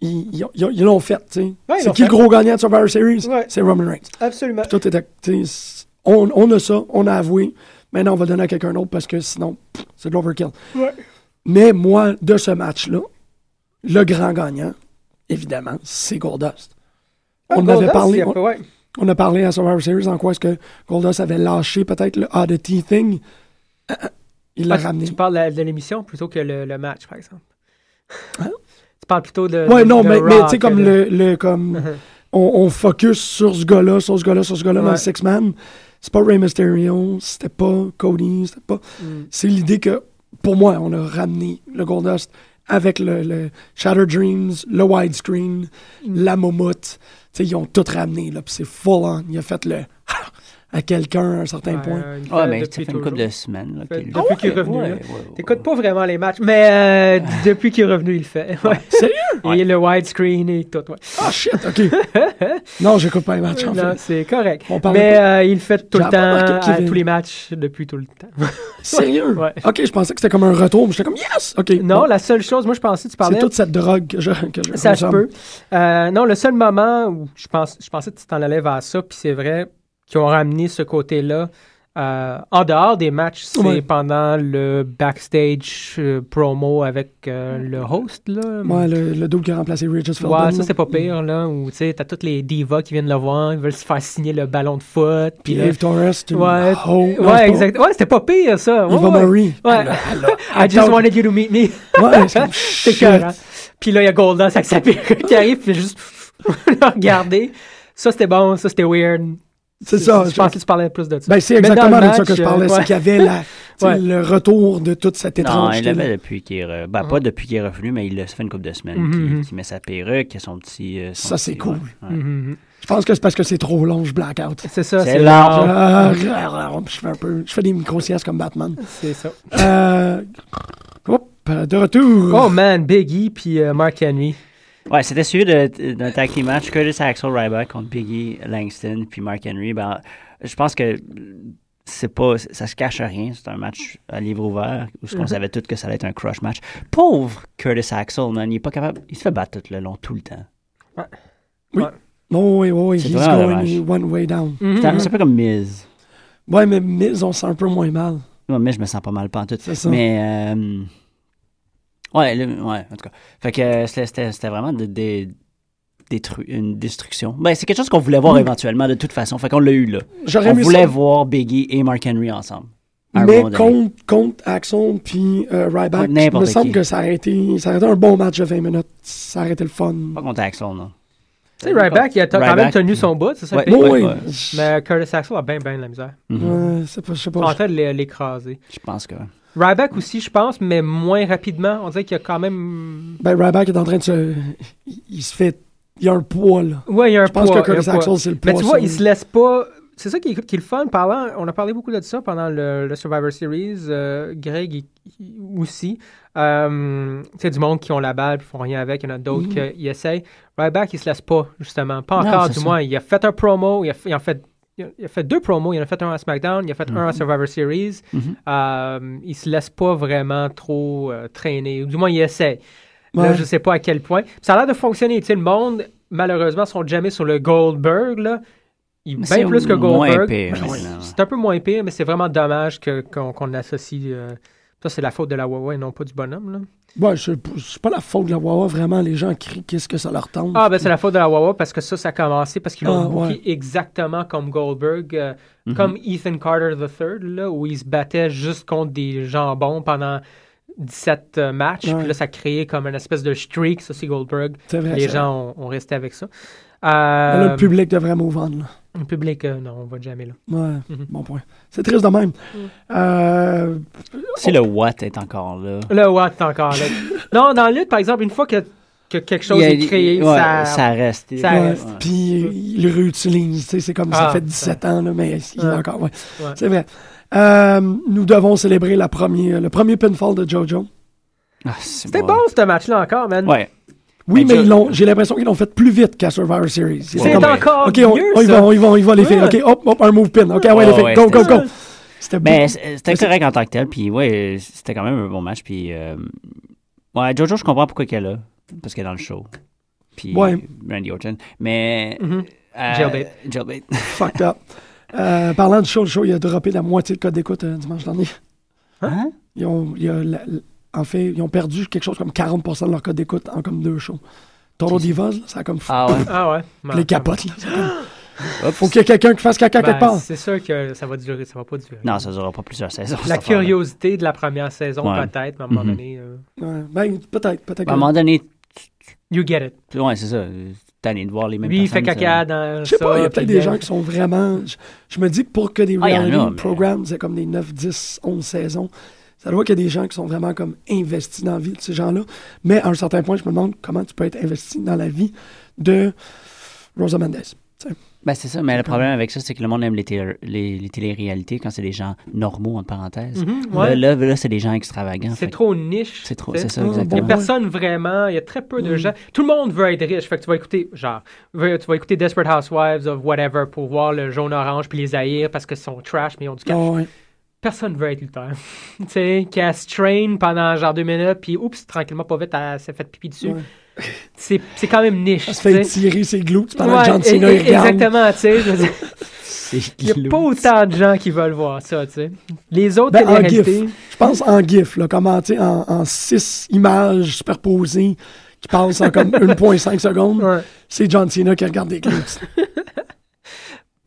ils- ils- ils l'ont fait, tu sais.
Ouais, ils
c'est
l'ont
qui
fait.
le gros gagnant de Survivor Series?
Ouais.
C'est Roman Reigns.
Absolument.
Tout était. t'sais, c'est- On, on a ça, on a avoué. Maintenant, on va le donner à quelqu'un d'autre parce que sinon, pff, c'est de l'overkill. Mais moi, de ce match-là, le grand gagnant, évidemment, c'est Goldust. on en avait parlé. on- on a parlé à Survivor Series en quoi est-ce que Goldust avait lâché peut-être le oddity thing. Ah, ah, Il l'a ramené.
Tu parles de, de l'émission plutôt que le, le match, par exemple. Tu parles plutôt de.
Hein? Ouais,
de-
non,
de
mais, mais
Raw
tu sais,
que
comme
de-
le, le-
[laughs]
comme on, on focus sur ce gars-là, sur ce gars-là, sur ce gars-là dans
Ouais.
le Six Man. C'est pas Rey Mysterio, c'était pas Cody, c'était pas.
Mm.
C'est l'idée que, pour moi, on a ramené le Goldust avec le, le Shattered Dreams, le widescreen,
Mm.
la momoute. Tu sais, ils ont tout ramené, là, puis c'est full on. Il a fait le [laughs] à quelqu'un à un certain
Ouais,
point.
il le
Ouais,
fait
mais ça
depuis
fait une
toujours.
couple de semaines. là,
Fait-
qu'il-
depuis qu'il est
Ouais,
revenu,
ouais,
là.
ouais, ouais,
T'écoutes
ouais.
pas vraiment les matchs, mais euh, depuis qu'il est revenu, il le fait. Ouais.
Sérieux?
[laughs] Et le widescreen et tout. ouais.
Ah shit,
[laughs]
ok. non, j'écoute pas les matchs, en
Non,
fait.
c'est correct.
On parle
mais
pas-
euh, il le fait tout le
J'ai
temps,
pas remarqué qu'il
à
est-
tous les matchs, depuis tout le temps.
Sérieux?
Ouais.
Ok, je pensais que c'était comme un retour, mais j'étais comme yes! Ok.
non,
bon.
la seule chose, moi je pensais, tu parlais.
C'est toute cette drogue que je, que je
Ça se
consomme.
peut. Euh, non, le seul moment où je, pense, je pensais que tu t'en allais vers ça, puis c'est vrai qu'ils ont ramené ce côté-là euh, en dehors des matchs, c'est
Ouais.
pendant le backstage euh, promo avec euh, le host. Là.
Ouais, le, le double qui a remplacé Regis Philbin.
Ouais,
là.
ça c'est pas pire, là, où tu sais, t'as toutes les divas qui viennent le voir, ils veulent se faire signer le ballon de foot,
Puis
puis là.
Dave Torres, tu
Ouais,
Oh, non, c'est pas-
ouais, exact. Ouais, c'était pas pire, ça. Ouais,
Eva
ouais.
Marie.
Ouais. [laughs] I just
attends.
wanted you to meet me. [laughs]
Ouais, c'est comme,
c'est
shit.
écœurant. Puis là, il y a Goldust avec sa perruque [laughs] qui arrive, puis juste le regarder. Ça, c'était bon, ça, c'était weird.
C'est ça.
Je
je-
pensais que tu parlais plus de ça.
Ben, c'est
Mais dans
exactement
le
de ça que
match,
je
euh,
parlais. C'est
ouais.
qu'il y avait
[laughs]
la, tu sais,
Ouais.
le retour de toute cette
Non,
étrangeté.
il l'avait depuis qu'il est revenu.
Ah.
Ben, pas depuis qu'il est revenu, mais il l'a ça fait une couple de semaines.
Mhm.
Qui, met sa perruque, qui a son petit. euh, son
Mm-hmm. Ça, c'est
petit- ouais,
cool.
ouais.
Mhm.
Je pense que c'est parce que c'est trop long, je black out.
C'est ça.
C'est large.
large.
Ah, je fais un peu. Je fais des micro-siestes comme Batman.
C'est ça.
Euh, hop, de retour.
Oh man, Biggie puis euh, Mark Henry.
Mm.
Ouais, c'était suivi de- d'un tag team match Curtis Axel Ryback contre Biggie Langston puis Mark Henry. Ben, je pense que c'est pas ça se cache à rien, c'est un match à livre ouvert où
Mm-hmm.
ce qu'on savait tous que ça allait être un crush match. Pauvre Curtis Axel, man, il est pas capable, il se fait battre tout le long tout le temps.
Non, oui, oui,
C'est
he's
vraiment
going
dommage.
one way down.
Mm.
C'est un- C'est un peu comme Miz.
Ouais, mais Miz, on sent un peu moins mal.
Non, mais je me sens pas mal pantoute.
C'est ça.
Mais euh, Ouais, le- ouais, en tout cas. Fait que euh, c'était- c'était c'était vraiment de, de- détru- une destruction. Ben, c'est quelque chose qu'on voulait voir
Mm.
éventuellement, de toute façon. Fait qu'on l'a eu là.
J'aurais
On
aimé
voulait
ça,
voir Biggie et Mark Henry ensemble. à un
mais
moment donné.
contre, contre Axon puis euh, Ryback,
Contre
il me
n'importe
semble
qui.
que ça aurait, été, ça aurait été un bon match de 20 minutes. Ça aurait été le fun.
Pas contre Axel, non.
Tu sais, Ryback, il a t- quand même
E. Ryback.
tenu son bout, c'est ça?
Ouais.
le
Oui,
pire?
oui.
ouais.
Mais Curtis Axel a bien, bien de la misère.
Mhm.
Ouais, c'est pas- je sais
Il est
pas.
en train de l'é- l'écraser.
Je pense que.
Ben Ryback aussi, je pense, mais moins rapidement. On dirait qu'il y a quand même.
Ben, Ryback est en train de se. Il, il se fait. Il y a un poids, là.
Ouais, il y a un
Je pense
poids,
que
il y a un
Curtis
poids.
Axel, c'est le poids.
Mais tu vois,
ça.
il se laisse pas. C'est ça qui est, qui est le fun. Parlant, on a parlé beaucoup de ça pendant le, le Survivor Series. euh, Greg il- il- aussi. Euh, tu sais, du monde qui ont la balle et font rien avec. Il y en a d'autres qui essayent. Ryback, il se laisse pas, justement. Pas
Mm-hmm. Non,
encore,
c'est
du
ça.
moins. Il a fait un promo. Il a, fait- il en fait. Il a- il a fait deux promos, il en a fait un à SmackDown, il a fait un
Mm-hmm.
à Survivor Series. Euh, il se laisse pas vraiment trop euh, traîner, ou du moins il essaie. Là,
Ouais.
je sais pas à quel point. Puis Ça a l'air de fonctionner. Tu sais, le monde, malheureusement, sont jamais sur le Goldberg. Là. Il
Mais
bien
c'est
plus que
moins
Goldberg. Ben
pire, hein.
Mais
ouais,
c'est-
là, ouais.
c'est un peu moins pire, mais c'est vraiment dommage que- qu'on qu'on associe. euh, Ça, c'est la faute de la Wawa et non pas du bonhomme. Là.
Ouais, c'est p- c'est pas la faute de la Wawa, vraiment. Les gens crient qu'est-ce que ça leur tente.
Ah, ben c'est la faute de la Wawa parce que ça, ça a commencé parce qu'ils l'ont
Ah,
booké
ouais.
exactement comme Goldberg, euh,
Mm-hmm.
comme Ethan Carter III, là, où il se battait juste contre des jambons pendant 17 euh, matchs.
Ouais.
Puis là, ça créait comme une espèce de streak. Ça, c'est Goldberg.
C'est vrai,
Les
ça.
gens ont, ont resté avec ça.
Mais
Euh,
là, le public devrait move on, là.
le public, euh, non, on va jamais là.
Ouais, bon point. C'est triste de même.
Mm.
Euh,
Si le Watt est encore là.
Le Watt est encore
[laughs]
là. non, dans le lutte, par exemple, une fois que, que quelque chose
Il y a-
est créé,
ouais,
ça...
reste.
ça
ouais,
reste.
Puis euh, il le réutilise, tu sais, c'est comme ça
Ah,
fait 17 ans, là, mais il est
Ouais.
encore, ouais.
Ouais.
C'est vrai. Euh, nous devons célébrer la première, le premier pinfall de JoJo.
Ah, c'est
C'était
bon.
bon, ce match-là, encore, man.
Ouais.
Oui,
Mais
mais
Jo-
ils l'ont- j'ai l'impression qu'ils l'ont fait plus vite qu'à Survivor Series. Ils
C'est
étaient comme,
encore
OK, on,
mieux,
on y
ça.
va, on y va, on y va, les filles. OK,
Ouais.
hop, hop, un move pin. OK, ouais, les
Ouais,
filles,
ouais,
go,
c'était
go,
ça.
go. C'était
Ben,
Mais
beaucoup-
c'est- Ben, euh, c'était correct en tant que tel. Puis ouais, c'était quand même un bon match. Puis euh, ouais, Jojo, je comprends pourquoi qu'elle est là. Parce qu'elle est dans le show. Puis
Ouais.
Randy Orton. Mais.
Mhm.
euh,
Jailbait.
Jailbait.
fucked up. Euh, parlant du show, le show, il a droppé la moitié de code d'écoute euh, dimanche dernier.
Hein?
Ils ont, il y a la- la- en fait, ils ont perdu quelque chose comme 40% de leur code d'écoute en comme deux shows. Toro Divas, là, ça a comme fou.
Ah
[laughs]
ouais.
Ah ouais.
les capotes. Là, ça a comme- Faut qu'il y ait quelqu'un qui fasse caca
Ben,
quelque part.
C'est sûr que ça va durer, ça va pas durer.
Non, ça durera pas plusieurs saisons. cette
La
affaire-là.
curiosité de la première saison,
Ouais.
peut-être, mais à un moment
Mhm.
donné, euh,
Ouais, ben, peut-être, peut-être.
À un
que-
moment donné,
you get it.
tu- ouais, c'est ça. euh, Tanné de voir les mêmes
Lui, il fait
personnes.
caca
ça.
dans
Je sais pas, il y a
puis
peut-être des gens qui sont vraiment. Je, je me dis que pour que des
Ah, il y en a,
reality
mais-
programs, c'est comme des 9, 10, 11 saisons, ça doit qu'il y a des gens qui sont vraiment comme investis dans la vie de ces gens-là. Mais à un certain point, je me demande comment tu peux être investi dans la vie de Rosa Mendes. Tu sais.
Ben, c'est ça, mais
Mm-hmm.
le problème avec ça, c'est que le monde aime les, télé- les, les télé-réalités quand c'est des gens normaux, entre parenthèses.
Mhm, ouais.
Là, là, là, c'est des gens extravagants. fait
C'est
que
trop niche.
C'est trop,
tu sais.
c'est ça,
Ah,
Il n'y
exactement.
a personne vraiment, il y a très peu
Mm.
de gens. Tout le monde veut être riche. Fait que tu vas écouter, genre, veux- tu vas écouter Desperate Housewives of whatever pour voir le jaune-orange puis les haïr parce qu'ils sont trash mais ils ont du cash.
Ah ouais.
Personne veut être lutteur. [laughs] tu sais, qu'elle se train pendant genre deux minutes puis oups, tranquillement, pas vite, elle s'est fait pipi dessus.
Ouais.
[laughs] C'est c'est quand même niche.
Elle se fait
tu sais.
tirer ses glutes pendant
Ouais,
que John
et-
Cena
e-
et-
il regarde.
Exactement, tu sais. je veux dire, [laughs]
[laughs]
Il n'y a pas autant de gens qui veulent voir ça, tu sais. Les autres
Ben, en GIF.
télé-réalités.
Je pense en GIF, là, comment, tu sais, en, en 6 images superposées qui passent en
[laughs]
comme 1,5 secondes,
Ouais.
c'est John Cena qui regarde des glutes.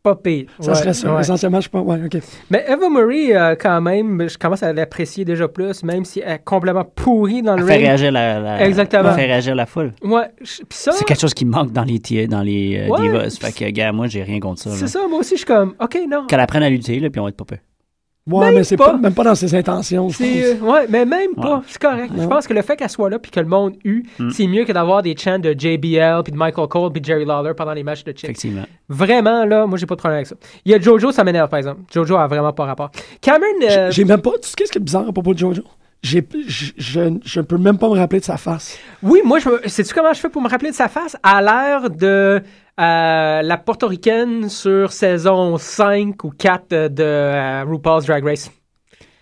Pas pire.
Ça
Ouais,
serait ça.
ouais.
Essentiellement, je pense. Ouais, OK.
Mais Eva Marie, euh, quand même, je commence à l'apprécier déjà plus, même si elle est complètement pourrie dans le
Elle fait
ring.
réagir la, la-
Exactement.
elle fait réagir la foule.
Ah Ouais, je- pis ça,
C'est quelque chose qui manque dans les, ti- dans les euh,
Ouais.
divas. Fait que, gars, moi, j'ai rien contre ça. là.
c'est ça, moi aussi, je suis comme, OK, non.
Qu'elle apprenne à lutter, là, puis on va être pas peu.
Ouais,
Même
mais c'est
pas.
pas. même pas dans ses intentions. je
C'est,
pense.
euh, ouais, mais même pas, c'est correct. Je pense que le fait qu'elle soit là puis que le monde eut,
Mm.
c'est mieux que d'avoir des chants de JBL puis de Michael Cole puis de Jerry Lawler pendant les matchs de chicks.
Effectivement.
Vraiment, là, moi, j'ai pas de problème avec ça. Il y a Jojo, ça m'énerve, par exemple. Jojo a vraiment pas rapport. Cameron, euh,
J'ai- J'ai même pas. Tu sais, qu'est-ce qui est bizarre à propos de Jojo? J'ai, je, je, je peux même pas me rappeler de sa face.
oui, moi, je, me- sais-tu comment je fais pour me rappeler de sa face? À l'air de euh, la portoricaine sur saison 5 ou 4 de, de, euh, RuPaul's Drag Race.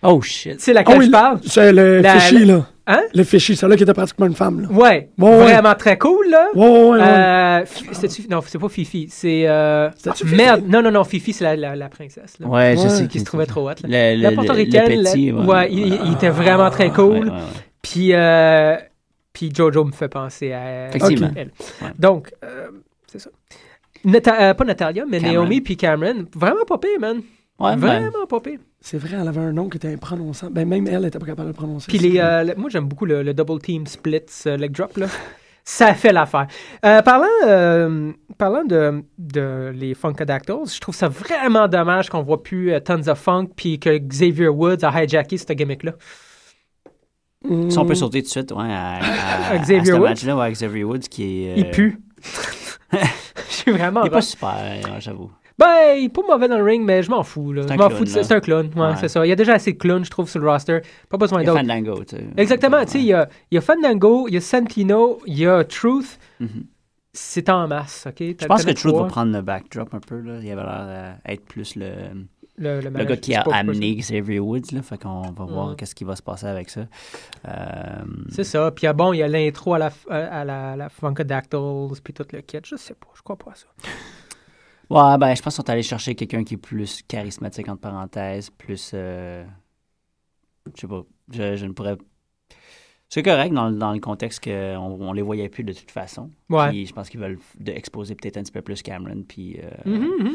Oh, shit.
C'est laquelle
Oh,
je
il-
parle?
C'est le
La-
fichier, là.
Hein?
Le fichier, celle-là qui était pratiquement une femme, là.
Ouais,
Ouais, ouais.
vraiment très cool, là.
Ouais, ouais, ouais. ouais.
Euh, Fi- c'est-tu- non, c'est pas Fifi, c'est... euh,
C'était-tu
ah,
Fifi?
Merde, non, non, non, Fifi, c'est la, la- la princesse, là,
Ouais, je
Ouais.
sais
qui
qu'il
se trouvait trop haute. là.
Le, le, le-
La
le
portoricaine, là,
petit,
ouais, il, il était vraiment très cool.
Ouais, ouais, ouais.
Puis, euh, puis Jojo me fait penser à
Effectivement.
elle.
Ouais.
Donc, euh, c'est ça. Nata- euh, pas Natalia, mais
Cameron.
Naomi puis Cameron. Vraiment pas pire, man.
Ouais, ben,
Vraiment pas pire.
C'est vrai, elle avait un nom qui était imprononçable. Ben, même elle était pas capable de le prononcer.
Puis
C'est
les,
vrai.
euh, le- moi, j'aime beaucoup le, le double team split euh, leg drop, là. Ça fait l'affaire. Euh, parlant euh, parlant de, de les Funkadactyls, je trouve ça vraiment dommage qu'on voit plus euh, Tons of Funk puis que Xavier Woods a hijacké cette gimmick-là.
ben, si on peut sauter tout de suite ouais, à, à-
À Xavier
à ce
Woods.
match-là, ouais, Xavier Woods qui est. euh, [laughs]
Il pue. [laughs] je suis vraiment...
Il est
là.
pas super, ouais, j'avoue.
Ben, il est pas mauvais dans le ring, mais je m'en fous. Là.
C'est un
Je m'en
clown,
fous. de ça.
là.
C'est un clone. Ouais,
Ouais.
c'est ça. Il y a déjà assez de clones, je trouve, sur le roster. Pas besoin
Il est
d'autres.
Fandango, tu sais.
Exactement. Tu sais, il y a, il y a Fandango, il y a Santino, il y a Truth.
Mhm.
C'est en masse, OK?
Je pense que Truth va prendre le backdrop un peu. Là. Il avait l'air euh, être plus le,
le, le
le
manager,
gars
Ben, je
qui
sais
a
pas pourquoi
amené Xavier Woods. Là. Fait qu'on va
Ouais.
voir qu'est-ce qui va se passer avec ça. Euh,
c'est- C'est ça. Puis ah, bon, il y a l'intro à la, f- à à la, la Funkadactyls, puis tout le kit. Je sais pas. Je crois pas à ça.
Ouais, ben, je pense qu'on est allé chercher quelqu'un qui est plus charismatique, entre parenthèses, plus. euh, je sais pas. Je, je ne pourrais. C'est correct dans, le- dans le contexte qu'on on les voyait plus de toute façon.
Ouais.
Puis je pense qu'ils veulent f- de- exposer peut-être un petit peu plus Cameron. Puis. euh,
Mhm, mhm.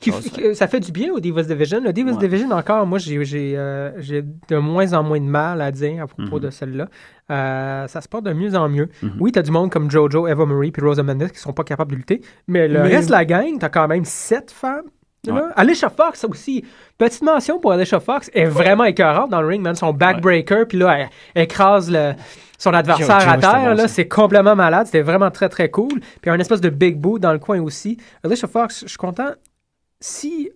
Qui-
chose,
qui- euh, ça fait du bien au Divas Division. Le Divas
Ah, Ouais.
Division, encore, moi, j'ai j'ai, euh, j'ai de moins en moins de mal à dire à propos
Mhm.
de celle-là. Euh, ça se porte de mieux en mieux.
Mhm.
Oui, t'as du monde comme Jojo, Eva Marie puis Rosa Mendes qui sont pas capables de lutter, mais le
Mais-
reste de la gang, t'as quand même sept femmes. là.
Ouais.
Alicia Fox aussi. Petite mention pour Alicia Fox, elle est vraiment écœurante dans le ring, man. Son backbreaker, puis là, elle- elle écrase le, son adversaire
Jojo,
à
c'était
terre.
bon,
là,
ça.
c'est complètement malade. C'était vraiment très, très cool. Puis un espèce de big boot dans le coin aussi. Alicia Fox, je suis content. Si,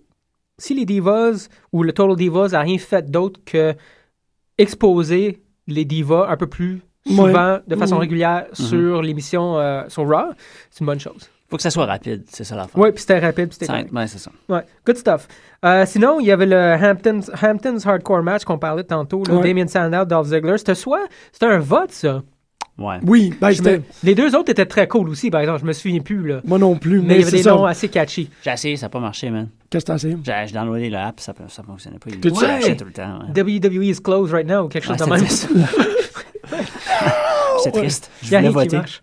si les Divas ou le Total Divas a rien fait d'autre que exposer les divas un peu plus souvent, de façon
Mhm.
régulière,
Mm-hmm.
sur l'émission euh, sur Raw, c'est une bonne chose.
Faut que ça soit rapide, c'est ça l'affaire.
Oui, puis c'était rapide, puis c'était
Ça-
correct.
ouais, c'est ça.
Ouais, good stuff. Euh, sinon, il y avait le Hamptons, Hamptons Hardcore Match qu'on parlait tantôt, là,
Ouais.
Damien Sandow, Dolph Ziggler. C'était soit, c'était un vote, ça.
Ouais.
Oui, ben,
Je me-
c'était.
Les deux autres étaient très cool aussi, par exemple, je me souviens plus, là.
Moi non plus,
Mais
mais,
il y avait
c'est
des
ça.
noms assez catchy.
J'ai essayé, ça n'a pas marché, man.
Qu'est-ce que t'as essayé?
J'ai j'ai downloadé l'app, ça ne fonctionnait pas. Il
Tout de
crashait
suite?
tout le temps. ouais.
WWE E is closed right now, ou quelque
Ouais,
chose de
c'était
même. [laughs]
ça. [laughs] C'était triste. Je
Il y a
voulais
rien qui
voter.
marche.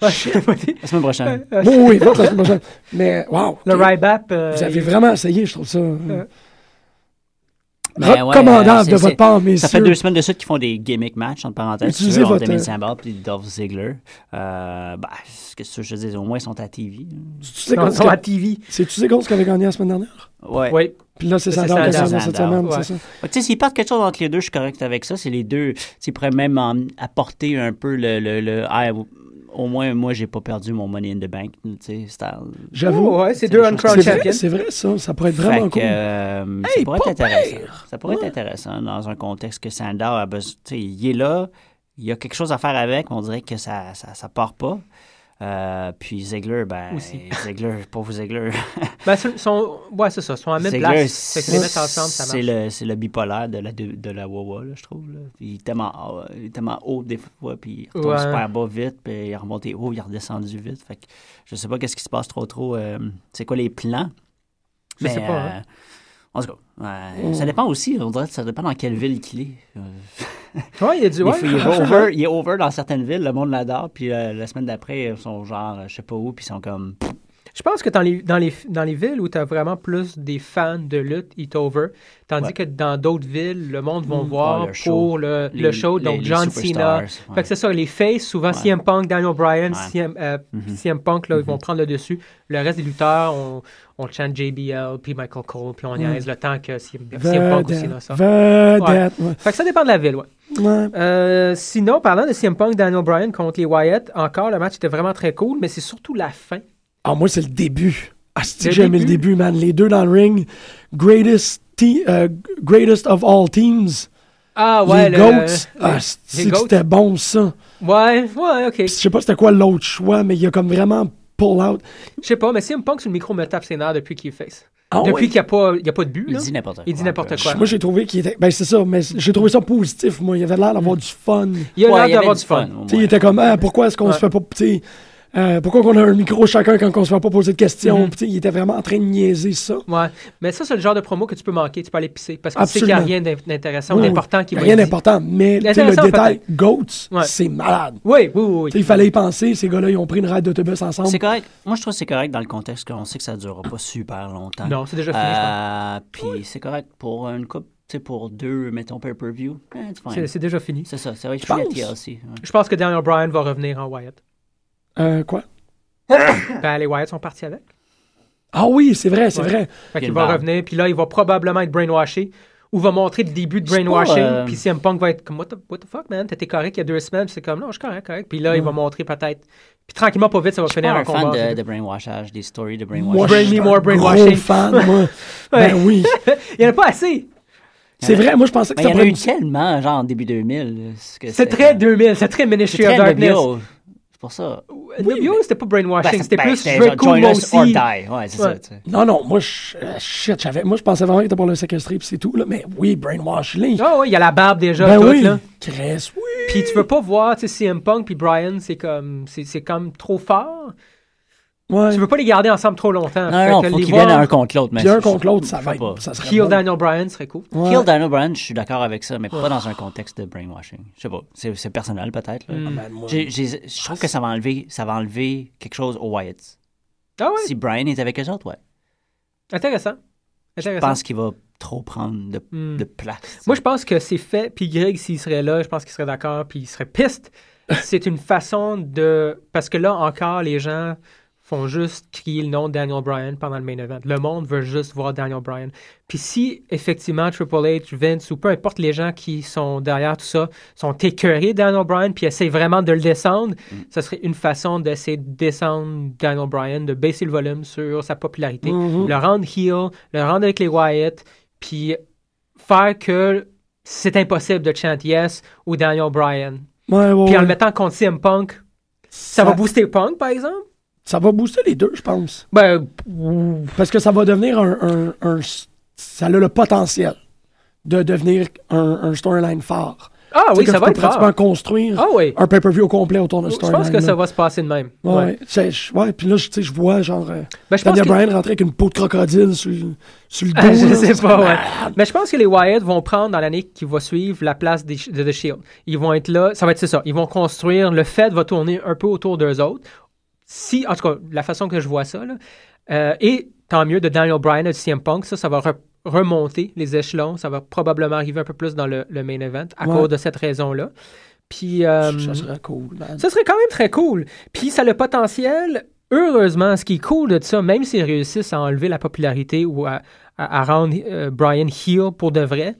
Ouais, je voulais voter.
La semaine prochaine.
Oui, oui, votre la semaine prochaine. Mais, wow.
Le
ok.
Ryback. euh,
Vous avez
il-
vraiment essayé, je trouve ça. euh,
Ben ouais, euh,
Recommandable
c'est-
de votre
c'est-
part, messieurs.
Ça fait deux semaines de suite qu'ils font des gimmick matchs, entre parenthèses.
Utilisez
sur
votre-
Damien Sandow puis Dolph Ziggler. Euh, ben, ce que je te dis, au moins, ils sont à TV.
C'est-tu
[laughs] dans-
Zegons
sur la TV.
qui avait gagné la semaine dernière?
Ouais.
Oui.
Puis là, c'est
C'est
ça qui a
Sandor.
gagné cette semaine,
Ouais.
c'est ça?
Tu sais, s'ils partent quelque chose entre les deux, je suis correct avec ça. C'est les deux. Tu sais, Ils pourraient même en- apporter un peu le. le, le- ah, au moins, moi, j'ai pas perdu mon Money in the Bank, tu sais, style.
J'avoue.
Oh, ouais, c'est
C'est
deux
des
uncrowned
C'est vrai,
champions.
c'est vrai, ça. Ça pourrait être vraiment
Fait que,
cool.
euh, ça pourrait être intéressant. Ça pourrait être intéressant dans un contexte que Sandow a besoin. tu sais, Il est là, il y a quelque chose à faire avec, mais on dirait que ça ça, ça part pas. Euh, puis Ziegler, ben.
Aussi.
Ziegler, pauvre Ziegler.
Ben, ce- sont, ouais, c'est ça. Sont à même
Ziegler,
place. Fait que les mettre ensemble, ça
c'est
marche.
le, c'est le bipolaire de la, de, de la Wawa, là, je trouve. là. Il est, tellement, il est tellement haut des fois, puis il retourne
Ouais.
super bas vite, puis il est remonté haut, il est redescendu vite. Fait que je sais pas qu'est-ce qui se passe trop, trop. euh, c'est quoi les plans? euh,
Je sais pas, hein.
en tout cas, ouais, ça dépend aussi, on dirait que ça dépend dans quelle ville qu'il est. Euh,
Ouais, il y a du.
des
Ouais,
fois, il, est
[laughs]
over, il est over dans certaines villes, le monde l'adore, puis euh, la semaine d'après, ils sont genre, euh, je sais pas où, puis ils sont comme.
Je pense que dans les, dans les, dans les villes où tu as vraiment plus des fans de lutte, it over. Tandis
Ouais.
que dans d'autres villes, le monde vont
Mm.
voir
Ah, le show.
pour le, le
Les-
show.
les-
donc
les
John Cena.
superstars,
Fait
ouais.
que c'est ça, les faces, souvent CM Punk, Daniel Bryan,
Ouais. Mm-hmm.
CM, euh, CM Punk, là, ils vont prendre le dessus. Le reste des lutteurs, on, on chante JBL, puis Michael Cole, puis on
Mm.
y le temps que CM, Punk aussi, là,
Vedette.
ça.
Vedette. ouais.
Fait que ça dépend de la ville, ouais.
Ouais.
Euh, sinon, parlant de CM Punk, Daniel Bryan contre les Wyatt, encore, le match était vraiment très cool, mais c'est surtout la fin.
Ah, moi, c'est le début. Ah,
Le
si j'ai aimé le
début.
début, man. Les deux dans le ring. Greatest, te- euh, greatest of all teams.
Ah
les GOATs. Ah,
les
si que
GOATs.
c'était bon, ça.
Ouais, ouais, ok.
Puis je sais pas c'était quoi l'autre choix, mais il y a comme vraiment pull out.
Je sais pas, mais CM Punk sur le micro me tape ses nerfs depuis qu'il est face.
Ah,
depuis
ouais.
qu'il n'y a, pas- il y a pas de but.
Il
là.
dit n'importe quoi.
Il dit n'importe quoi.
Moi, j'ai trouvé qu'il était. Ben, c'est ça, mais j'ai trouvé ça positif, moi. Il avait l'air d'avoir du fun.
Il a
Ouais,
l'air
il y avait
d'avoir
du
du
au
fun.
Tu sais,
moins.
il était comme, ah, pourquoi est-ce qu'on
Ouais.
se fait pas. tu sais, Euh, pourquoi qu'on a un micro chacun quand on se fait pas poser de questions?
Hmm.
Puis, tu sais, il était vraiment en train de niaiser ça.
Ouais. Mais ça, c'est le genre de promo que tu peux manquer. Tu peux aller pisser parce que tu sais qu'il n'y
Absolument.
a rien d'in- d'intéressant
Oui,
ou
oui.
d'important qui va
Hmm. Rien
être dit.
d'important, mais tu sais, le
L'intéressant,
détail, Goats,
Ouais.
c'est malade.
Oui, oui, oui.
Tu sais, Il fallait y penser, ces gars-là, ils ont pris une ride d'autobus ensemble.
C'est correct. Moi, je trouve que c'est correct dans le contexte qu'on sait que ça ne durera pas super longtemps.
Non, c'est déjà fini, je
Euh, Puis c'est correct pour une coupe, tu sais, pour deux, mettons, pay-per-view. Eh, c'est
C'est
fine.
c'est déjà fini.
C'est ça, c'est vrai que je suis à
penses?
TLC. ouais.
Je pense que Daniel Bryan va revenir en Wyatt.
Euh, quoi?
Ben, les Wyatt sont partis avec.
Ah oui, c'est vrai, c'est
Ouais.
vrai.
Il
Fait
y a
qu'il
une
va
barbe.
revenir, puis là, il va probablement être brainwashé ou va montrer le début de
C'est pas,
brainwashing,
euh,
puis CM Punk va être comme what the, what the fuck, man, t'étais correct il y a deux semaines, puis c'est comme non, je suis correct, correct. Puis là, il va montrer peut-être. Puis tranquillement, pas vite, ça va
Mm. Je suis
finir
pas
en
un fan
combat.
de, de brainwashage, des stories de brainwashing.
Moi,
Brain
je
me
suis
more
un
brainwashing.
Gros fan, moi. Ben oui.
il y en a pas assez.
[laughs] C'est vrai, moi, je pensais que
Mais il y en
ça
a
pourrait
eu tellement, genre en début 2000. ce que
C'est
c'était-
très 2000, c'est très Ministry
C'est
of
très
Darkness.
WBO. C'est pour ça.
WBO, c'était pas brainwashing,
Ben,
c'était
ben,
plus
c'était
je veux
genre
cool
join
moi
us or
aussi.
die. Ouais, c'est
Ouais.
ça. tu sais.
Non, non, moi, je, euh, shit, j'avais, moi, je pensais vraiment qu'il était pour le séquestrer, puis c'est tout, là. Mais oui, brainwash, là.
Ah ouais, il y a la barbe déjà,
ben
tout,
oui.
là.
Chris, oui.
Puis tu veux pas voir, tu sais, CM Punk puis Brian, c'est comme, c'est c'est comme trop fort.
Ouais.
Tu veux pas les garder ensemble trop longtemps. Fait
Non,
que
non, faut
les
qu'ils
voir
viennent un contre l'autre. mais
Puis un
c'est-
contre l'autre, Ben, ça
je
va
sais pas.
être. Ça serait
Kill
bon.
Daniel Bryan serait cool.
Ouais. Ah,
Kill Dino Brand, je suis d'accord avec ça, mais pas dans un contexte de brainwashing. Je sais pas, c'est c'est personnel peut-être.
Mm.
là.
Ben, moi,
J'ai- j'ai- Je trouve que ça va enlever, ça va enlever quelque chose aux Wyatts.
Ah ouais,
Si Brian est avec eux autres, ouais.
intéressant.
Je
Intéressant.
pense qu'il va trop prendre de, de place.
Mm. Moi, je pense que c'est fait. Puis Greg, s'il serait là, je pense qu'il serait d'accord. Puis il serait piste. c'est une façon de. Parce que là, encore, les gens font juste crier le nom de Daniel Bryan pendant le main event. Le monde veut juste voir Daniel Bryan. Puis si, effectivement, Triple H, Vince ou peu importe les gens qui sont derrière tout ça sont écœurés de Daniel Bryan puis essaient vraiment de le descendre, ce serait une façon d'essayer de descendre Daniel Bryan, de baisser le volume sur sa popularité, le rendre heel, le rendre avec les Wyatt, puis faire que c'est impossible de chant yes ou Daniel Bryan.
Ouais, ouais,
Puis en le
ouais.
mettant contre CM Punk, ça va booster Punk, par exemple?
Ça va booster les deux, je pense.
Ben,
Parce que ça va devenir un. un- un- ça a le potentiel de devenir un, un storyline fort. Tu
ah
sais,
oui,
que
ça
tu
va
peux
être fort.
pratiquement construire
Ah oui.
un pay-per-view au complet autour de
Je
ce storyline.
pense que ça va se passer de même.
Ouais,
Ouais.
ouais. C'est- je- ouais, puis là, je tu sais, je vois genre euh,
Ben, je pense
Daniel
que-
Bryan rentrer avec une peau de crocodile sur, le- sur le dos.
Ah, [laughs] je
là.
sais pas, ouais.
ah.
Mais je pense que les Wyatt vont prendre dans l'année qui va suivre la place des, de The Shield. Ils vont être là, ça va être c'est ça. Ils vont construire, le Fed va tourner un peu autour d'eux autres. Si, en tout cas, la façon que je vois ça, là, euh, et tant mieux de Daniel Bryan et de CM Punk, ça, ça va re- remonter les échelons. Ça va probablement arriver un peu plus dans le, le main event à
Ouais.
cause de cette raison-là. Puis. euh,
Ça serait cool, man.
ça serait quand même très cool. Puis ça a le potentiel. Heureusement, ce qui est cool de ça, même s'ils réussissent à enlever la popularité ou à, à- à rendre euh, Brian heel pour de vrai,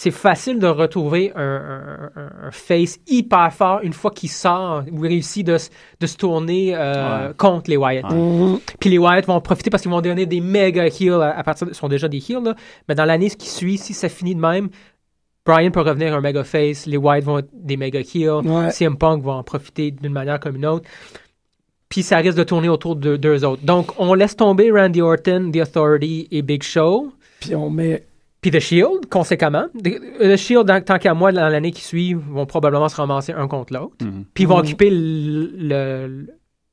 c'est facile de retrouver un, un- un- un face hyper fort une fois qu'il sort ou réussit de, s- de se tourner euh,
Ouais.
contre les Wyatt.
Ouais.
Puis les Wyatt vont profiter parce qu'ils vont donner des méga heals à, à partir de. sont déjà des heals, là. Mais dans l'année qui suit, si ça finit de même, Brian peut revenir un méga face, les Wyatt vont être des méga heals,
Ouais.
CM Punk va en profiter d'une manière comme une autre. Puis ça risque de tourner autour de deux autres. Donc, on laisse tomber Randy Orton, The Authority et Big Show.
Puis on met.
Puis The Shield, conséquemment. The The Shield, dans- tant qu'à moi, dans l'année qui suit, vont probablement se ramasser un contre l'autre.
Mhm.
Puis ils vont
Mhm.
occuper le- le-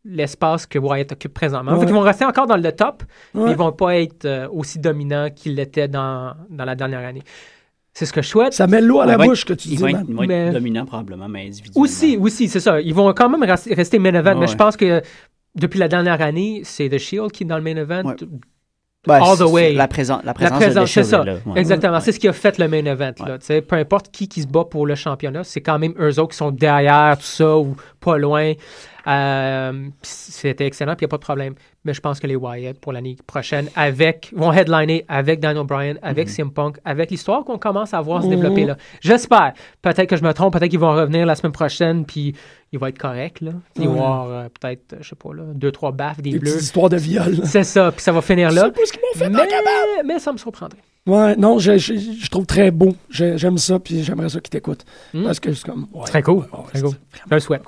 l'espace que Wyatt occupe présentement.
Ouais.
Fait ils vont rester encore dans le top, mais
Ouais.
ils vont pas être euh, aussi dominants qu'ils l'étaient dans, dans la dernière année. C'est ce que je souhaite.
Ça met l'eau à la
Il va
bouche
être-
que tu
il
dis,
va être,
man.
il va être
Mais-
dominant probablement, mais individuellement.
Aussi, aussi, c'est ça. Ils vont quand même ras- rester main event, mais
Ouais.
je pense que depuis la dernière année, c'est The Shield qui est dans le main event.
Ouais.
Ben, All the c'est- way. la
La, présence la
La
présence
présence, c'est ça.
de
Exactement. C'est ce qui a fait le main event. Là, tu sais. peu importe qui qui se bat pour le championnat, c'est quand même eux autres qui sont derrière tout ça ou pas loin. Euh, pis C'était excellent, puis il n'y a pas de problème. Mais je pense que les Wyatt, pour l'année prochaine, avec, vont headliner avec Daniel Bryan,
Mm-hmm.
avec CM Punk, avec l'histoire qu'on commence à voir se développer là. J'espère. Peut-être que je me trompe, peut-être qu'ils vont revenir la semaine prochaine, puis il va être correct. Là. Ils vont avoir euh, peut-être, euh, je sais pas, là, deux, trois baffes, des,
Des
bleus.
petites histoires de
[laughs]
viol.
C'est ça, puis ça va finir là.
C'est pas ce qu'ils m'ont fait dans
Mais,
la cabane.
mais ça me surprendrait.
Ouais, non, je, je, je trouve très beau. Je- J'aime ça, puis j'aimerais ça qu'ils t'écoutent. Parce que c'est comme. ouais.
Hmm. Très cool.
Ouais, ouais,
Très
c'est
cool.
ça.
Je le souhaite.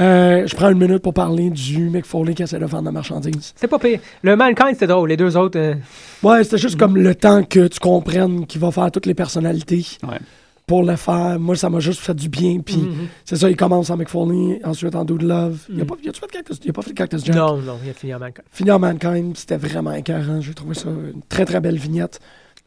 Euh, je prends une minute pour parler du mec Foley qui essaie de vendre la marchandise.
C'est pas pire. Le Mankind, c'était drôle. Les deux autres. euh,
Ouais, c'était juste comme le temps que tu comprennes qu'il va faire toutes les personnalités.
Ouais.
pour le faire. Moi, ça m'a juste fait du bien. Puis
Mm-hmm.
c'est ça, il commence en McFoley, ensuite en Dude Love. Il a pas, il a-tu fait Cactus, il a pas fait Cactus Jack?
Mm. Non, non, il a fini en manque.
Fini en Mankind, c'était vraiment écœurant. J'ai trouvé ça une très, très belle vignette.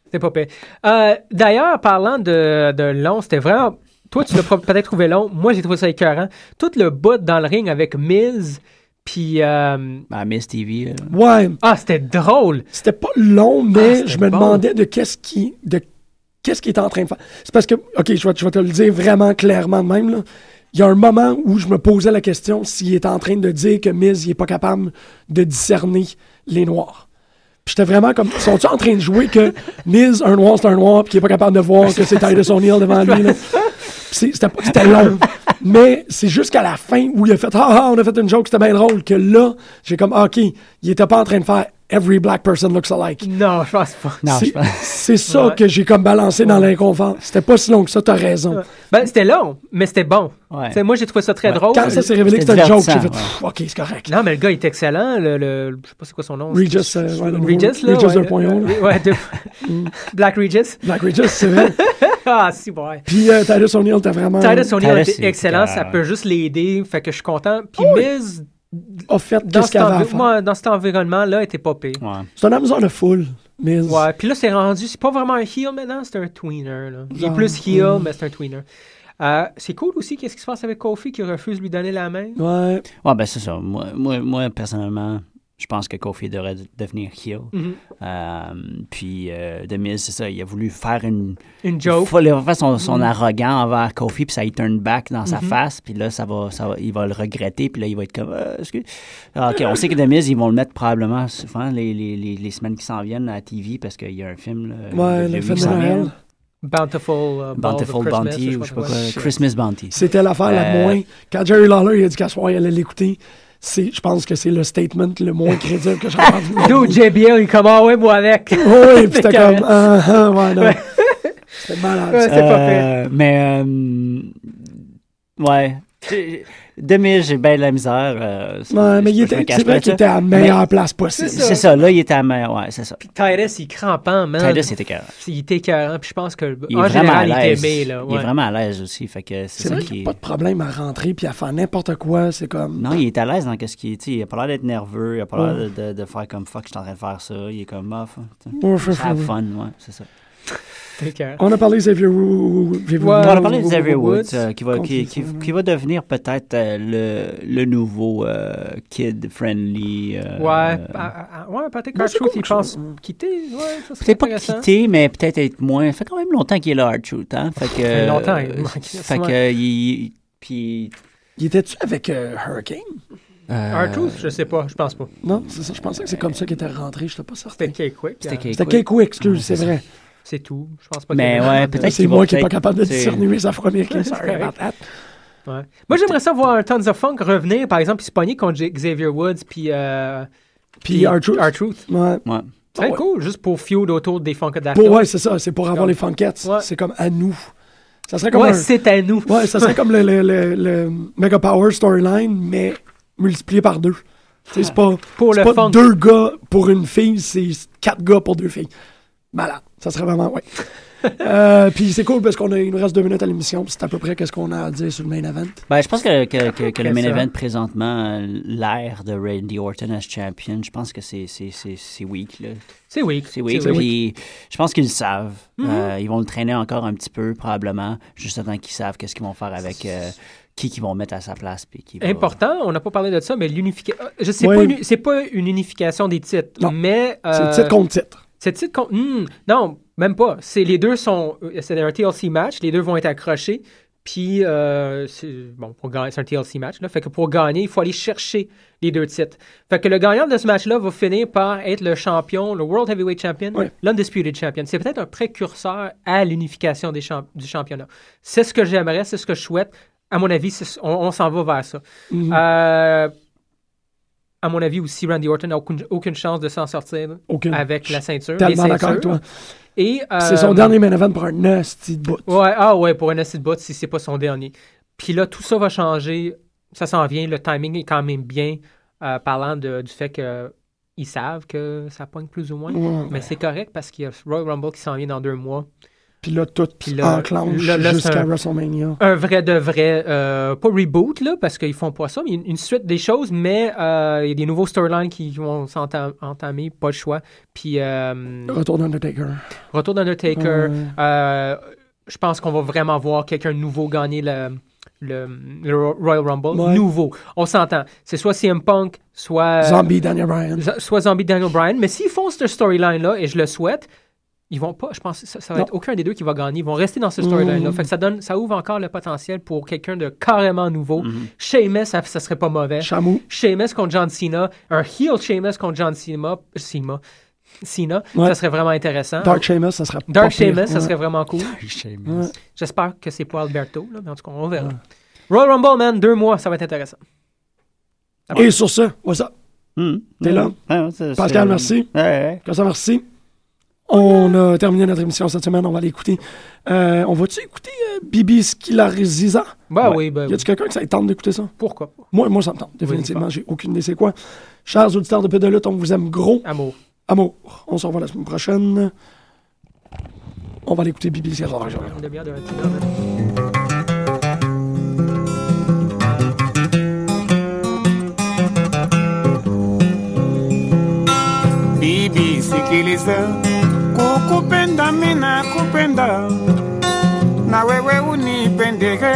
C'était pas pire. Euh, D'ailleurs, parlant de, de long, c'était vraiment. Toi, tu l'as pro- peut-être trouvé long. Moi, j'ai trouvé ça écœurant. Tout le bout dans le ring avec Miz, puis. euh,
Ben, Miss TV, là.
Ouais,
Ah, c'était drôle.
c'était pas long,
Ah,
mais
c'était
je me
bon.
demandais de qu'est-ce qui de qu'est-ce qu'il était en train de faire. C'est parce que, OK, je vais, je vais te le dire vraiment clairement de même. là. Il y a un moment où je me posais la question s'il est en train de dire que Miz n'est pas capable de discerner les noirs. Puis J'étais vraiment comme, sont-ils en train de jouer que Miz, un noir, c'est un noir, puis qu'il n'est pas capable de voir que c'est Titus O'Neill devant lui. là? C'est- C'était pas- c'était long. Mais c'est jusqu'à la fin où il a fait Ah, ah on a fait une joke, c'était bien drôle. Que là, j'ai comme Ah, OK, il était pas en train de faire Every black person looks alike.
Non, je pense pas.
Non, Ah, je
C'est-
pense-
C'est ça
Ouais.
que j'ai comme balancé dans l'inconfort. C'était pas si long que ça, t'as raison.
Ben, c'était long, mais c'était bon.
Ouais.
Tu sais, Moi, j'ai trouvé ça très
Ouais.
drôle.
Quand ça s'est révélé que c'était une joke, j'ai
Oh, divertissant,
fait
ouais.
Pff, OK, c'est correct.
Non, mais le gars, il est excellent. Le, le- je sais pas c'est quoi son nom.
Regis, euh, ouais, le nouveau-
Regis, là.
Regis
ouais,
2.0, là.
le- ouais,
[laughs]
deux- [laughs] Black Regis.
Black Regis, c'est
[laughs]
vrai.
Ah, si, ouais.
Puis euh, Titus O'Neill, t'as vraiment
Hum,
Titus O'Neill a
Titus,
été
c'est-
excellent.
ah,
Ça
ouais.
peut juste l'aider. Fait que je suis content. Puis Miz,
a fait qu'est-ce
dans cet,
qu'il avait à
envi-
faire.
moi, dans cet environnement-là, était pas pire.
Ouais.
C'est un amusant de foule, Miz.
Ouais, puis là, c'est rendu, c'est pas vraiment un heel maintenant, c'est un tweener. Là. Il est
Genre,
plus heel,
mm.
mais c'est un tweener. Euh, c'est cool aussi, qu'est-ce qui se passe avec Kofi qui refuse de lui donner la main?
Ouais.
Ouais, ben c'est ça. Moi, moi, moi, personnellement, je pense que Kofi devrait de- devenir heel.
Mhm.
Euh, puis, euh, The Miz, c'est ça, il a voulu faire une...
Une joke. Mm-hmm.
Faut le- faire son, son arrogant envers Kofi, puis ça il turn back dans sa face, puis là, ça va, ça va- il va le regretter, puis là, il va être comme... euh, excuse. Ah, OK, on sait que The Miz, ils vont le mettre probablement souvent les, les, les, les semaines qui s'en viennent à la TV, parce qu'il y a un film, là,
Ouais,
de
le
lui
film
qui
de
s'en
Noël.
vient.
Bountiful, euh, Balls of
Bountiful
Christmas,
Bounty, ou je sais pas quoi.
ouais.
Christmas Bounty.
C'était l'affaire la
Euh,
moins. Quand Jerry Lawler il a dit qu'à soir, il allait l'écouter, c'est, je pense que c'est le statement le
[laughs]
moins crédible que j'ai entendu.
Dude, JBL, il commence, ouais, moi avec.
Oh oui, puis t'es
[laughs]
carré.
comme. Ah, ah, ouais, non. C'était malade.
Ouais. c'est pas
Euh, Mais, euh, ouais. J'ai- Demi, j'ai bien de la misère. euh,
ça. Ouais, mais
je-
il
je
était,
me cache
c'est
pas
vrai
de
qu'il
ça.
était à la meilleure place possible.
C'est
C'est ça, là, il était à main. Ouais, c'est ça.
Titus, il est crampant, man.
Titus, c'était carré.
Il était écœurant, puis je pense que,
Il est
en
vraiment
Ah, général, il
à
est
l'aise.
aimé, là.
Il
ouais.
est vraiment à l'aise aussi. Fait que c'est
C'est
ça
vrai qu'il
qui.
n'y a pas de problème à rentrer puis à faire n'importe quoi. C'est comme.
Non, il est à l'aise dans ce qu'il. tu sais, Il a pas l'air d'être nerveux. Il a pas l'air
Ouais.
de, de- de faire comme fuck, je suis en train de faire ça. Il est comme ah, fuck, tu sais.
Ouf, ouf,
Ça a
ouf.
fun, ouais, c'est ça.
C'est écœurant.
On a parlé de Xavier Woo- Xavier Woo-
Ouais,
on a parlé de Xavier
Woods,
Woods, euh, qui, va, qui, qui-
contre-
qui va devenir peut-être euh, le, le nouveau euh, kid-friendly. euh,
Ouais,
euh,
ah, ah, ouais peut-être
Moi, ben, c'est
Cartruth,
cool,
il
je
pense
trouve.
quitter. Ouais, ça serait
Peut-être pas
intéressant.
quitter, mais peut-être être moins. Ça fait quand même longtemps qu'il est là, Archute. Hein? Fait que,
fait longtemps, il
euh,
manque-
fait que,
ouais.
il- Puis.
Il était-tu avec euh, Hurricane?
euh,
Artruth, je sais pas, je pense pas.
Non, c'est ça. Je pensais que c'est comme ça qu'il était rentré. Je n'étais pas certain.
C'était K-Quick.
C'était
hein.
K-Quick.
C'était Keiko, excuse,
Ouais,
c'est
c'est
vrai.
C'est tout. Je pense pas qu'il y
Mais
avait
ouais,
vraiment de-
peut-être
C'est
qu'il
moi
va
qui n'ai pas
peut-être-
capable de
c'est-
discerner sa première question.
C'est correct. Ouais. Moi, j'aimerais ça voir un Tons of Funk revenir, par exemple, puis se pogner contre J- Xavier Woods, puis. Euh,
Puis R-Truth.
R-Truth.
Ouais.
Ouais.
Très
Ouais.
cool, juste pour feud autour des Funkadactyls.
Pour, ouais, c'est ça, c'est pour avoir les Funkettes.
Ouais.
C'est comme à nous. Ça serait comme
Ouais,
un-
c'est à nous.
ouais, ça serait comme le, le, le- le Mega Power storyline, mais multiplié par deux. Tu sais, C'est pas,
Pour
c'est pas
le funk.
deux gars pour une fille, c'est quatre gars pour deux filles. Malade. Ça serait vraiment,
[laughs]
ouais. Euh, Puis c'est cool parce qu'on a, il nous reste deux minutes à l'émission, puis c'est à peu près qu'est-ce qu'on a à dire sur le main event.
Ben, je pense que, que, que- que le main
ça.
event présentement, euh, l'ère de Randy Orton as champion, je pense que c'est c'est- c'est- c'est weak. là.
C'est weak.
C'est weak.
C'est weak.
Puis je pense qu'ils le savent.
Mm-hmm.
Euh, ils vont le traîner encore un petit peu, probablement, juste avant qu'ils savent qu'est-ce qu'ils vont faire avec euh, qui qu'ils vont mettre à sa place. Puis qui va-
Important, on n'a pas parlé de ça, mais l'unification. Je sais
Ouais.
pas, une- c'est pas une unification des titres,
Non.
mais.
C'est
euh,
titre contre titre.
C'est titre contre. Hmm, non, même pas. C'est les deux sont. euh, C'est un TLC match. Les deux vont être accrochés. Puis euh, c'est bon pour gagner, c'est un TLC match. Là, fait que pour gagner, il faut aller chercher les deux titres. Fait que le gagnant de ce match-là va finir par être le champion, le World Heavyweight Champion,
Ouais.
l'Undisputed Champion. C'est peut-être un précurseur à l'unification des champ- du championnat. C'est ce que j'aimerais, c'est ce que je souhaite. À mon avis, c'est- on, on s'en va vers ça. Euh, à mon avis aussi, Randy Orton n'a aucune, aucune chance de s'en sortir
Aucune.
avec la
Je suis
ceinture. les
Tellement d'accord avec
ceintures.
toi.
Et, euh,
C'est son dernier main event pour un nasty de bout.
Ouais, ah ouais, pour un acid bot, si c'est pas son dernier. Puis là, tout ça va changer. Ça s'en vient. Le timing est quand même bien, euh, parlant de- du fait que ils savent que ça pogne plus ou moins.
Ouais.
Mais c'est correct parce qu'il y a Royal Rumble qui s'en vient dans deux mois.
Puis là, tout
Puis là,
enclenche
là, là, c'est
jusqu'à
un-
WrestleMania.
un vrai de vrai, euh, pas reboot, là, parce qu'ils font pas ça, mais une, une suite des choses, mais euh, il y a des nouveaux storylines qui vont s'entamer, pas le choix. Puis, euh,
Retour d'Undertaker.
retour d'Undertaker,
Ouais.
euh, je pense qu'on va vraiment voir quelqu'un de nouveau gagner le, le, le Ro- Royal Rumble.
Ouais.
Nouveau. On s'entend. C'est soit CM Punk, soit
Zombie Daniel Bryan.
Z- soit Zombie Daniel Bryan. Mais s'ils font cette storyline-là, et je le souhaite, ils vont pas. Je pense que ça, ça va
Non.
être aucun des deux qui va gagner. Ils vont rester dans cette storyline-là.
Mhm.
Fait que ça donne, ça ouvre encore le potentiel pour quelqu'un de carrément nouveau. Sheamus, ça, ça serait pas mauvais.
Chamou.
Sheamus contre John Cena, un heel Sheamus contre John Cena, Cena, Cena,
Ouais.
ça serait vraiment intéressant.
Dark Sheamus, ça serait
Dark
pas pire.
Sheamus, ça
Ouais.
serait vraiment cool.
Sheamus.
J'espère que c'est pas Alberto, là, mais en tout cas, on verra. Royal Rumble, man, deux mois, ça va être intéressant.
Et sur ce, what's up?
Mhm.
T'es là?
Ah, ouais, ça,
Pascal,
c'est-
merci.
Ouais, ouais.
Comme ça, merci. On a terminé notre émission cette semaine. On va aller écouter. Euh, on va-tu écouter euh, Bibi Skilariziza?
Bah oui, ben,
Y a-tu quelqu'un qui ça tente d'écouter ça?
pourquoi pas.
Moi, moi, ça me tente. Définitivement, j'ai aucune idée c'est quoi. Chers auditeurs de Pédalute, on vous aime gros.
Amour.
Amour. On se revoit la semaine prochaine. On va aller écouter Bibi Skilariziza.
Une demi-heure de petit homme.
bibi sikiliza kukupenda mina kupenda na wewe unipendeke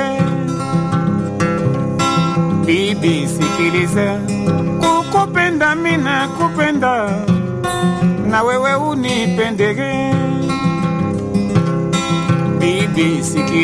bibi sikiliza kukupenda mina kupenda na wewe unipendeke bibi sikiliza